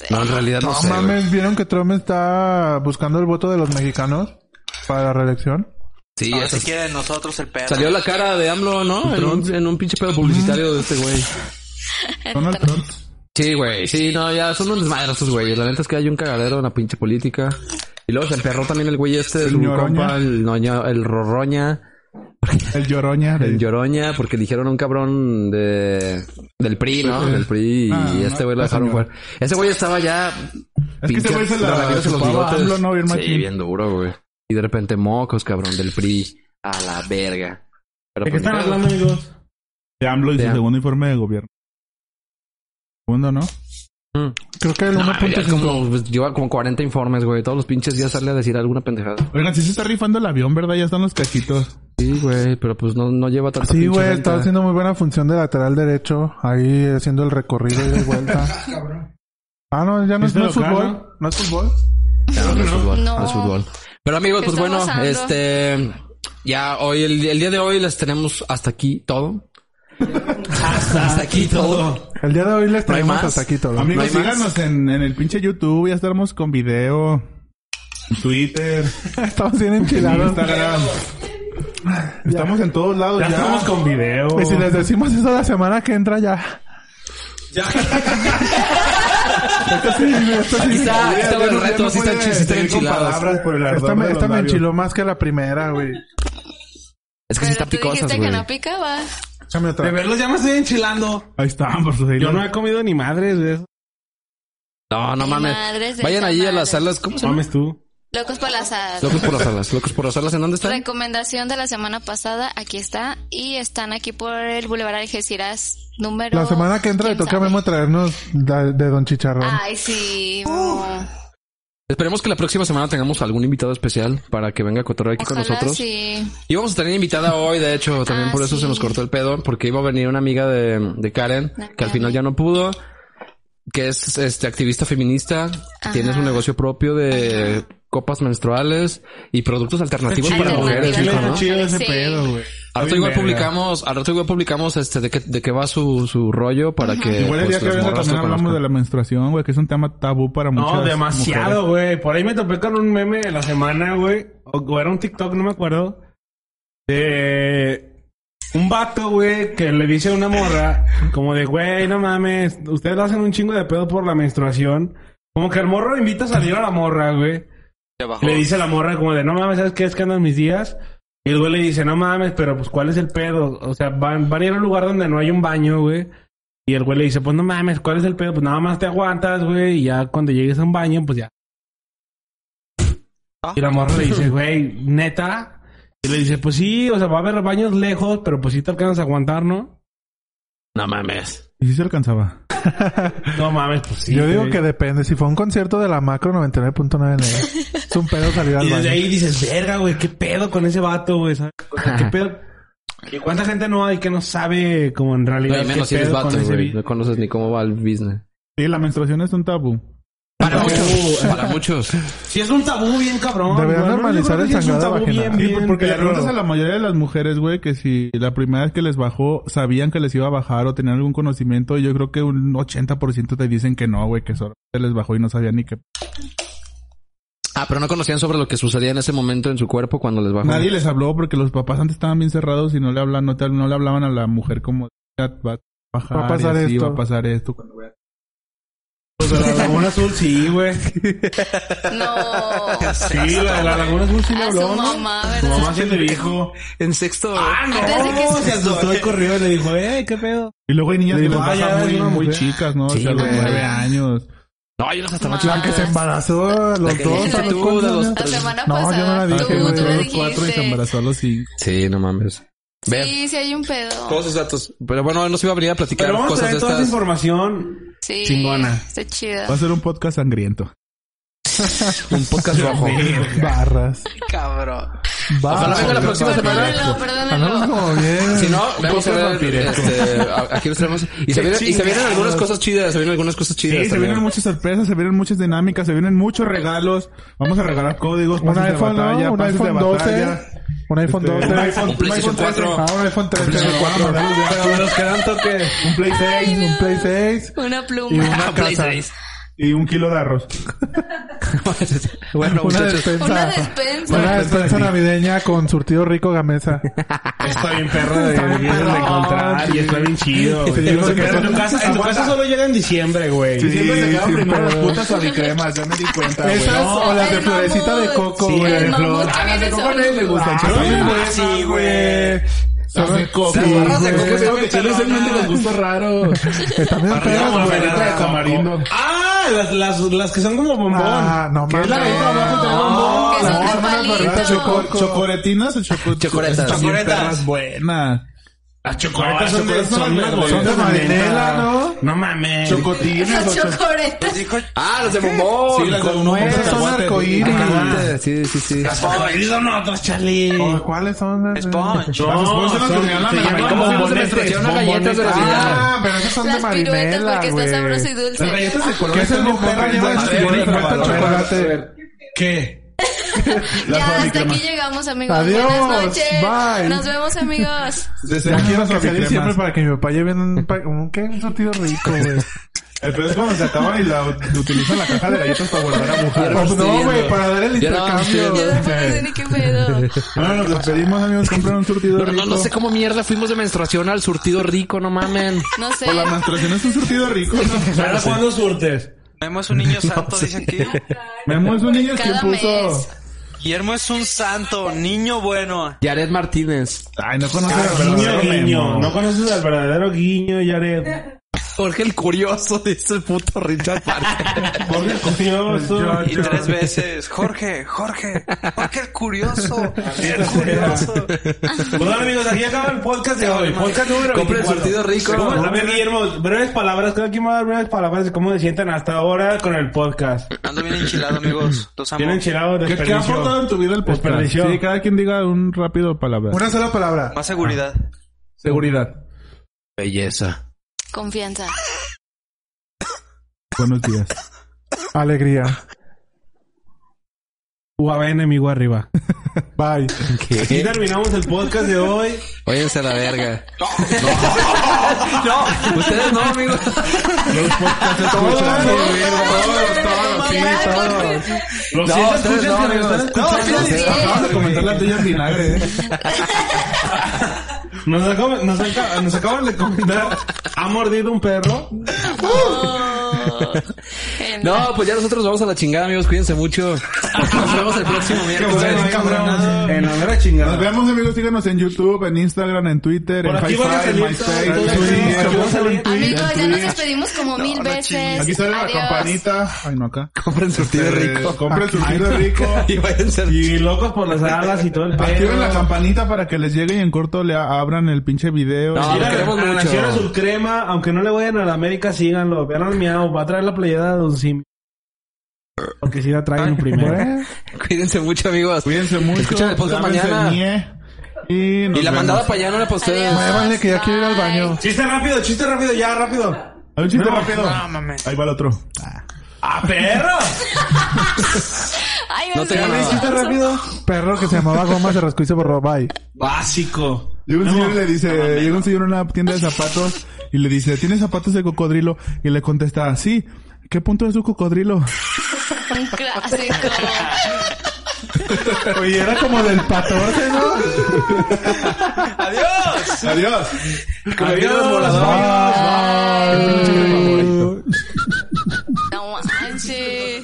B: No, en realidad no,
D: No
B: sé. güey.
D: mames, ¿vieron que Trump está buscando el voto de los mexicanos para la reelección?
B: Sí,
G: Ahora
B: eso
G: se quiere de nosotros el perro.
B: Salió la cara de AMLO, ¿no? En un, en un pinche pedo publicitario de este güey.
E: Donald Trump.
B: Sí, güey. Sí, no, ya son unos madrazos, güey. La neta es que hay un cagadero en la pinche política. Y luego se emperró también el güey este, su
E: Ñoroña.
B: compa, el, noño- el Rorroña,
E: El lloroña.
B: el
E: de-
B: Lloroña, porque eligieron a un cabrón de del PRI, ¿no? Del PRI y
E: Ah,
B: este güey
E: no,
B: lo dejaron
E: señor.
B: fuera. Ese güey estaba ya...
E: Es que ese güey se la-
B: rayándose los
E: chupaba
B: bigotes.
E: AMLO, ¿no? Bien
B: Sí,
E: machín.
B: bien duro, güey. Y de repente mocos, cabrón, del PRI. A la verga. Pero
C: ¿De qué
B: pues,
C: están
B: ni pedo.
C: hablando, amigos?
E: De AMLO y
B: De
E: su
B: AMLO.
E: segundo informe de gobierno. Segundo, ¿no?
D: Creo que el
B: No, ya
D: 1.5.
B: como, pues, lleva como 40 informes, güey. Todos los pinches días sale a decir alguna pendejada.
E: Oigan, si se está rifando el avión, ¿verdad? Ya están los cachitos.
B: Sí, güey, pero pues no, no lleva tanto
D: Sí, güey, está haciendo muy buena función de lateral derecho. Ahí haciendo el recorrido y de vuelta. ah, no, ya no, es-
E: ¿Viste
D: no es
E: lo caro?
D: fútbol. No es fútbol.
B: No, no es fútbol,
F: No.
B: no es fútbol. Pero amigos,
F: ¿Qué
B: pues bueno,
F: estamos dando?
B: este... Ya hoy, el, el día de hoy les tenemos hasta aquí todo. hasta, aquí todo.
D: El día de hoy les
B: ¿No hay
D: traemos
B: más?
D: hasta aquí todo.
E: Amigos,
B: hay más?
E: síganos en, en el pinche YouTube. Ya estaremos con video. en Twitter.
D: Estamos bien enchilados.
E: Instagram. Estamos en todos lados.
C: Ya estamos con video.
D: Y si les decimos eso la semana que entra ya. Ya. esto sí, esto sí.
B: Aquí está, aquí está
E: Ya
B: bueno
E: no-
B: el
E: ya
B: reto,
E: no
B: sí están
E: puede
B: chis- sí están
E: seguir con
B: enchilados.
E: palabras por el ardor
D: Esta
E: de
D: me,
E: los
D: esta me
E: labios.
D: enchiló más que la primera, güey.
B: Es que sí
F: Pero
B: están
F: tú dijiste
B: picosas,
F: que
B: güey.
F: no picaba.
D: Échame
C: De
D: otra.
C: verlos ya me estoy enchilando.
E: Ahí estamos. ahí
C: Yo
E: los-
C: no he comido ni madres de eso.
B: No, no
F: Ni
B: mames.
F: madres de
B: Vayan
F: esa
B: allí a las
F: madre.
B: salas. ¿Cómo se llama?
C: Mames tú.
F: Locos por las hadas.
B: Locos por las salas. Locos por las salas. ¿En dónde están?
F: Recomendación de la semana pasada, aquí está. Y están aquí por el Boulevard Algeciras número...
D: La semana que entra le
F: ¿quién
D: toca a
F: sabe? Ah,
D: Memo traernos da- de Don Chicharrón.
F: Ay, sí. Memo.
B: Esperemos que la próxima semana tengamos algún invitado especial para que venga a cotorrear aquí con
F: Ojalá
B: nosotros.
F: sí.
B: Y vamos a tener invitada hoy, de hecho, también
F: Ah,
B: por eso
F: sí.
B: se nos cortó el pedo, porque iba a venir una amiga de, de Karen,
F: La
B: que al final
F: Karen.
B: ya no pudo, que es este activista feminista, que tiene
F: Ajá.
B: su negocio propio de copas menstruales y productos alternativos
F: Chile,
B: para
F: güey,
B: mujeres,
F: chile,
B: dijo, ¿no?
F: chile.
C: chido ese
F: Sí.
C: pedo,
B: Al
C: güey.
B: rato
C: Está
B: igual
C: bien verga.
B: publicamos, al rato igual publicamos este de qué de qué va su, su rollo para que
E: Igual el
B: pues,
E: día que
B: las
E: venga
B: morras lo
E: también hablamos de
B: conozcan.
E: la menstruación, güey, que es un tema tabú para muchas
C: No, demasiado, güey. Por ahí me topé con un meme de la semana, güey. O, o era un TikTok, no me acuerdo. De un vato, güey, que le dice a una morra, como de, güey, no mames, ustedes hacen un chingo de pedo por la menstruación. Como que el morro invita a salir a la morra, güey.
G: Ya bajó.
C: Le dice a la morra como de, no mames, ¿sabes qué? Es que andan mis días. Y el güey le dice, no mames, pero pues, ¿cuál es el pedo? O sea, van, van a ir a un lugar donde no hay un baño, güey. Y el güey le dice, pues no mames, ¿cuál es el pedo? Pues nada más te aguantas, güey, y ya cuando llegues a un baño, pues ya. Y la morra le dice, güey, neta. Y le dice, pues sí, o sea, va a haber baños lejos, pero pues sí te alcanzas a aguantar, ¿no?
B: No mames.
E: ¿Y si se alcanzaba?
C: No mames, pues sí.
D: Yo digo
C: güey.
D: que depende. Si fue un concierto de la macro 99.9, es un pedo salir al
C: Y desde
D: baño.
C: ahí dices, verga, güey, qué pedo con ese vato, güey, ¿sabes? O sea, qué pedo. ¿Y cuánta gente no hay que no sabe como en realidad
B: No, y
C: qué
B: menos si eres
C: pedo
B: vato,
C: con ese
B: güey.
C: vi-
B: No conoces ni cómo va el business.
E: Sí, la menstruación es un tabú.
B: Para muchos, para muchos.
C: Si es un tabú bien cabrón.
D: Deberían
C: güey, no, yo
D: normalizar
C: creo que
D: el
C: sí es un
D: sangrado
C: tabú
D: vaginal.
C: Bien,
E: Sí,
C: bien,
E: porque le
C: perro.
E: preguntas a la mayoría de las mujeres, güey, que si la primera vez que les bajó sabían que les iba a bajar o tenían algún conocimiento, yo creo que un 80% te dicen que no, güey, que solo se les bajó y no sabían ni que...
B: Ah, pero no conocían sobre lo que sucedía en ese momento en su cuerpo cuando les bajó.
E: Nadie les habló porque los papás antes estaban bien cerrados y no le hablan, no, te- no le hablaban a la mujer como "Ya, va a bajar,
D: Va a pasar
E: y así,
D: esto".
E: va a pasar esto. cuando veas".
C: Pues de la Laguna Azul sí, güey.
F: No.
C: Sí, la de la Laguna Azul sí le
F: A
C: habló,
F: su
C: ¿no?
F: mamá,
C: Su
F: ¿verdad?
C: mamá sí le dijo.
G: En sexto.
C: Ah, no.
F: Antes de
C: se
F: que
C: asustó y corrió y le dijo, eh, qué pedo.
E: Y luego hay niñas
C: Le
E: que les
C: digo, "Ah, ya
E: bajan muy,
C: eres una
E: muy
C: mujer".
E: chicas, ¿no?
B: Sí,
E: o sea, a los
B: güey.
E: nueve años.
B: No, yo los hasta
F: Más.
E: Ah,
D: La que se embarazó a los
B: que
D: dos.
B: dijiste
D: ¿a tú
B: tú,
D: cuántos
B: de los
D: años?
F: La semana
D: No, yo no
F: pasada.
D: la
E: Ah,
D: dije,
F: tú,
E: que
D: güey.
F: tú
E: entró a
F: la
E: los cuatro y se
F: dijiste.
E: embarazó a los cinco.
B: Sí, no mames. Ver,
F: Sí, sí hay un pedo.
B: todos sus datos. Pero bueno, nos iba a venir a platicar
C: Pero vamos a
B: cosas de
C: traer toda esa
B: estas.
C: información.
F: Sí.
C: Chingona.
F: Está chida.
E: Va
D: Pues,
E: a ser un podcast sangriento.
B: Un podcast rojo.
D: Barras.
G: Cabrón.
B: Ojalá venga la próxima semana.
F: Perdónalo,
D: Andamos
F: perdónalo.
D: como bien.
B: Si no, vamos a ver. Este, a- aquí los tenemos. Y se, vienen, y se vienen algunas cosas chidas. Se vienen algunas cosas chidas.
E: Sí, se
B: también.
E: vienen muchas sorpresas, se vienen muchas dinámicas, se vienen muchos regalos. Vamos a regalar códigos,
D: Un
E: pases
D: iPhone,
E: de batalla,
D: ¿no? Un
E: pases de
D: iPhone 12.
E: batalla.
D: Un iPhone
E: Este,
D: 12.
E: un
B: Un PlayStation 4.
D: Ah, un iPhone 13.
E: PlayStation
D: Un
E: 4,
C: Pero nos quedan toques.
E: un Play 6
D: Play- Un Play 6.
F: Una
D: Y
F: pluma.
B: Ah,
D: una casa.
E: y un kilo de arroz.
B: bueno,
D: Una
B: muchachos.
D: despensa.
F: Una despensa.
D: Una despensa navideña con surtido rico gamesa.
C: Está bien perro de, de, de encontrar y está bien chido, güey.
D: Sí,
C: Pero
D: sí,
C: en tu casa, en tu casa solo llega en diciembre, güey.
E: Sí, siempre se quedan
D: sí,
E: primero las
D: pero-
E: putas suavicremas, ya me di cuenta, güey.
D: Esas
E: No,
D: o las de
F: el
D: florecita de
F: mamut.
D: coco,
F: Sí,
D: güey.
F: el
D: de
F: mamut
D: flor.
F: que viene
D: coco
F: solo.
D: nadie le gusta.
F: Ah,
D: Chelo,
C: sí,
D: güey.
C: güey.
D: Sí, güey. Son de coco,
C: Las barras de coco
D: güey.
C: se ven
D: Chelo es el
C: perronas.
D: de los gustos raros. Están bien feas,
C: Vamos a
D: güey.
C: ver la de tamarindo. Ah, las, las, las que son como bombón.
D: Ah, no
C: que es la de ahí
D: mames.
C: abajo trae
D: No,
C: bombón.
F: que son de palito.
E: choco- ¿Chocoretinas o choco-
B: Chocoretas.
E: Esas son bien
C: Chocoretas.
E: perras buenas.
C: Las chocoretas son de,
E: chocoretas son
C: son
E: las
C: las
E: de-
D: Son de
C: bolsas de
D: marinela,
C: menta.
D: ¿no?
C: No mames.
E: Chocotines o
F: Esas
E: choco-
F: chocoretas.
B: Ah, los de bombón.
E: Sí, las de
B: Con
E: bombón.
B: nuez.
D: Esas son
E: Aguante.
D: arcoíris.
B: Ah, Sí, sí, sí.
C: Las favoritas son otras, chale.
D: ¿O ¿Cuáles son? las de-
G: Sponge.
C: No,
E: esponjas son las que
C: son-
E: regalan
C: se
E: en la
C: llaman
E: mercado.
C: bombonetes,
B: Bombonetes, trajeron unas galletas
C: bombonetes.
B: de Navidad.
D: Ah, pero esas son de
F: Las piruetas
D: marinela,
F: porque está sabroso y
D: güey.
F: dulce.
D: ¿Qué es el mojarra lleva
E: Las
D: chocolate?
E: galletas de
D: Falta
E: chocolate.
D: chocolate.
C: ¿Qué?
F: Ya, hasta aquí llegamos, amigos.
D: Adiós,
F: Buenas noches.
D: bye.
F: Nos vemos, amigos.
E: Desde
D: Ya
E: aquí
D: quiero
E: las
D: que sea diciembre
E: suavicremas.
D: para que mi papá lleve un, pa- un, ¿qué? un surtido rico, güey.
E: El pedo es cuando se acaban y la utilizan la caja de galletas para volver a mojar.
B: no
D: Pues
B: estoy
D: no, güey,
B: viendo.
D: para dar el
B: Ya no,
D: intercambio.
F: Yo tampoco sé ni qué pedo.
E: Bueno, nos despedimos, amigos. Comprar un surtido
B: No, no,
E: rico.
B: no sé cómo mierda fuimos de menstruación al surtido rico, no mamen.
F: No sé.
E: Por la menstruación es un surtido rico. ¿no?
C: ¿Para cuándo surtes?
G: Memo es un niño santo, dice aquí.
E: Memo es un niño que
F: Cada
E: puso.
F: mes.
G: Guillermo es un santo, niño bueno.
B: Yaret Martínez.
E: Ay, no conoces al
C: Guiño,
E: verdadero
C: guiño.
E: Memo.
C: Ah, No conoces al verdadero guiño, Jared.
B: Jorge el Curioso, dice el puto Richard Parker.
C: Porque es curioso.
G: Y tres veces, Jorge, Jorge, Jorge el curioso, el curioso.
C: Bueno, amigos, aquí acaba el podcast de hoy. Podcast número
B: Compren
C: 24.
B: surtido rico.
C: ¿Cómo? A ver, Guillermo, breves palabras. Cada quien va a dar breves palabras de cómo se sientan hasta ahora con el podcast.
G: Ando bien enchilado, amigos. Los amo.
C: Tienen enchilado,
E: ¿Qué, qué ha aportado
C: desperdicio.
E: en tu vida el podcast?
C: Desperdició.
E: Sí, cada quien diga un rápido palabra. Ah,
D: Una sola palabra.
G: Más seguridad.
E: Seguridad.
B: Belleza.
F: Confianza.
E: Buenos días.
D: Alegría.
C: O había enemigo arriba.
D: Bye.
C: Y terminamos el podcast de hoy.
B: Óyense a la verga. No, ustedes no, amigos.
F: sí,
C: Los
B: No,
C: sí se
B: ustedes
C: escuchan,
B: no,
C: pero
B: amigos.
C: están escuchando.
F: sí, sí.
E: Vamos a comentar la tuya en vinagre, eh.
C: Nos, acaba- nos acaba- nos acaban de comentar. ¿Ha mordido un perro?
B: No, pues ya nosotros vamos a la chingada, amigos. Cuídense mucho. Nos vemos el próximo miércoles.
C: Bueno, eh. ahí
E: cabronazo.
C: nos- En la mera
E: Nos
C: chingada.
E: vemos amigos, síganos en YouTube, en Instagram, en Twitter,
C: Por
E: en
C: aquí van a
E: Facebook, en
C: salir
E: MySpace,
C: todos
E: en
C: los links,
E: Twitter.
C: aquí van a salir.
F: Amigos, ya nos despedimos como mil veces.
E: Aquí sale la
F: Adiós.
E: campanita. Ay, no acá.
B: Compren surtido
E: Eh,
B: rico.
E: Compren surtido rico.
B: Y váyanse al
C: Y locos por las alas y todo el
E: Activen la
C: pedo.
E: campanita para que les llegue y en corto le a- abran el pinche video.
B: No,
E: Y-
B: Los queremos
C: a la
B: mucho.
C: Sierra Azul Crema, aunque no le vayan a la América, síganlo. Vean al miau, va a traer la playera de Don Simio. Porque si la traen primero.
B: Cuídense mucho, amigos.
E: Cuídense mucho.
B: Escuchen el podcast
E: lávense
B: mañana.
E: ñe. Y, nos
B: Y la
E: vemos.
B: mandada para allá no la poseen.
D: Muévanle que ya quiero ir al
F: Bye.
D: baño.
C: Chiste rápido, chiste rápido, ya, rápido.
E: A ver, chiste
C: No,
E: rápido.
G: no mames.
E: Ahí va el otro.
C: ¡A perro!
F: Ay,
B: No
F: me
B: tengo nada.
C: Chiste rápido.
D: Perro que se llamaba Goma se rascó y se borró. Bye.
C: Básico.
E: Llega un señor y le dice, llega un señor a una tienda de zapatos y le dice, ¿tienes zapatos de cocodrilo? Y le contesta, sí. ¿Qué punto es su cocodrilo?
F: un clásico.
D: Oye, era como del 14, ¿no?
G: ¡Adiós!
E: Adiós.
C: Adiós, volador.
F: No manches.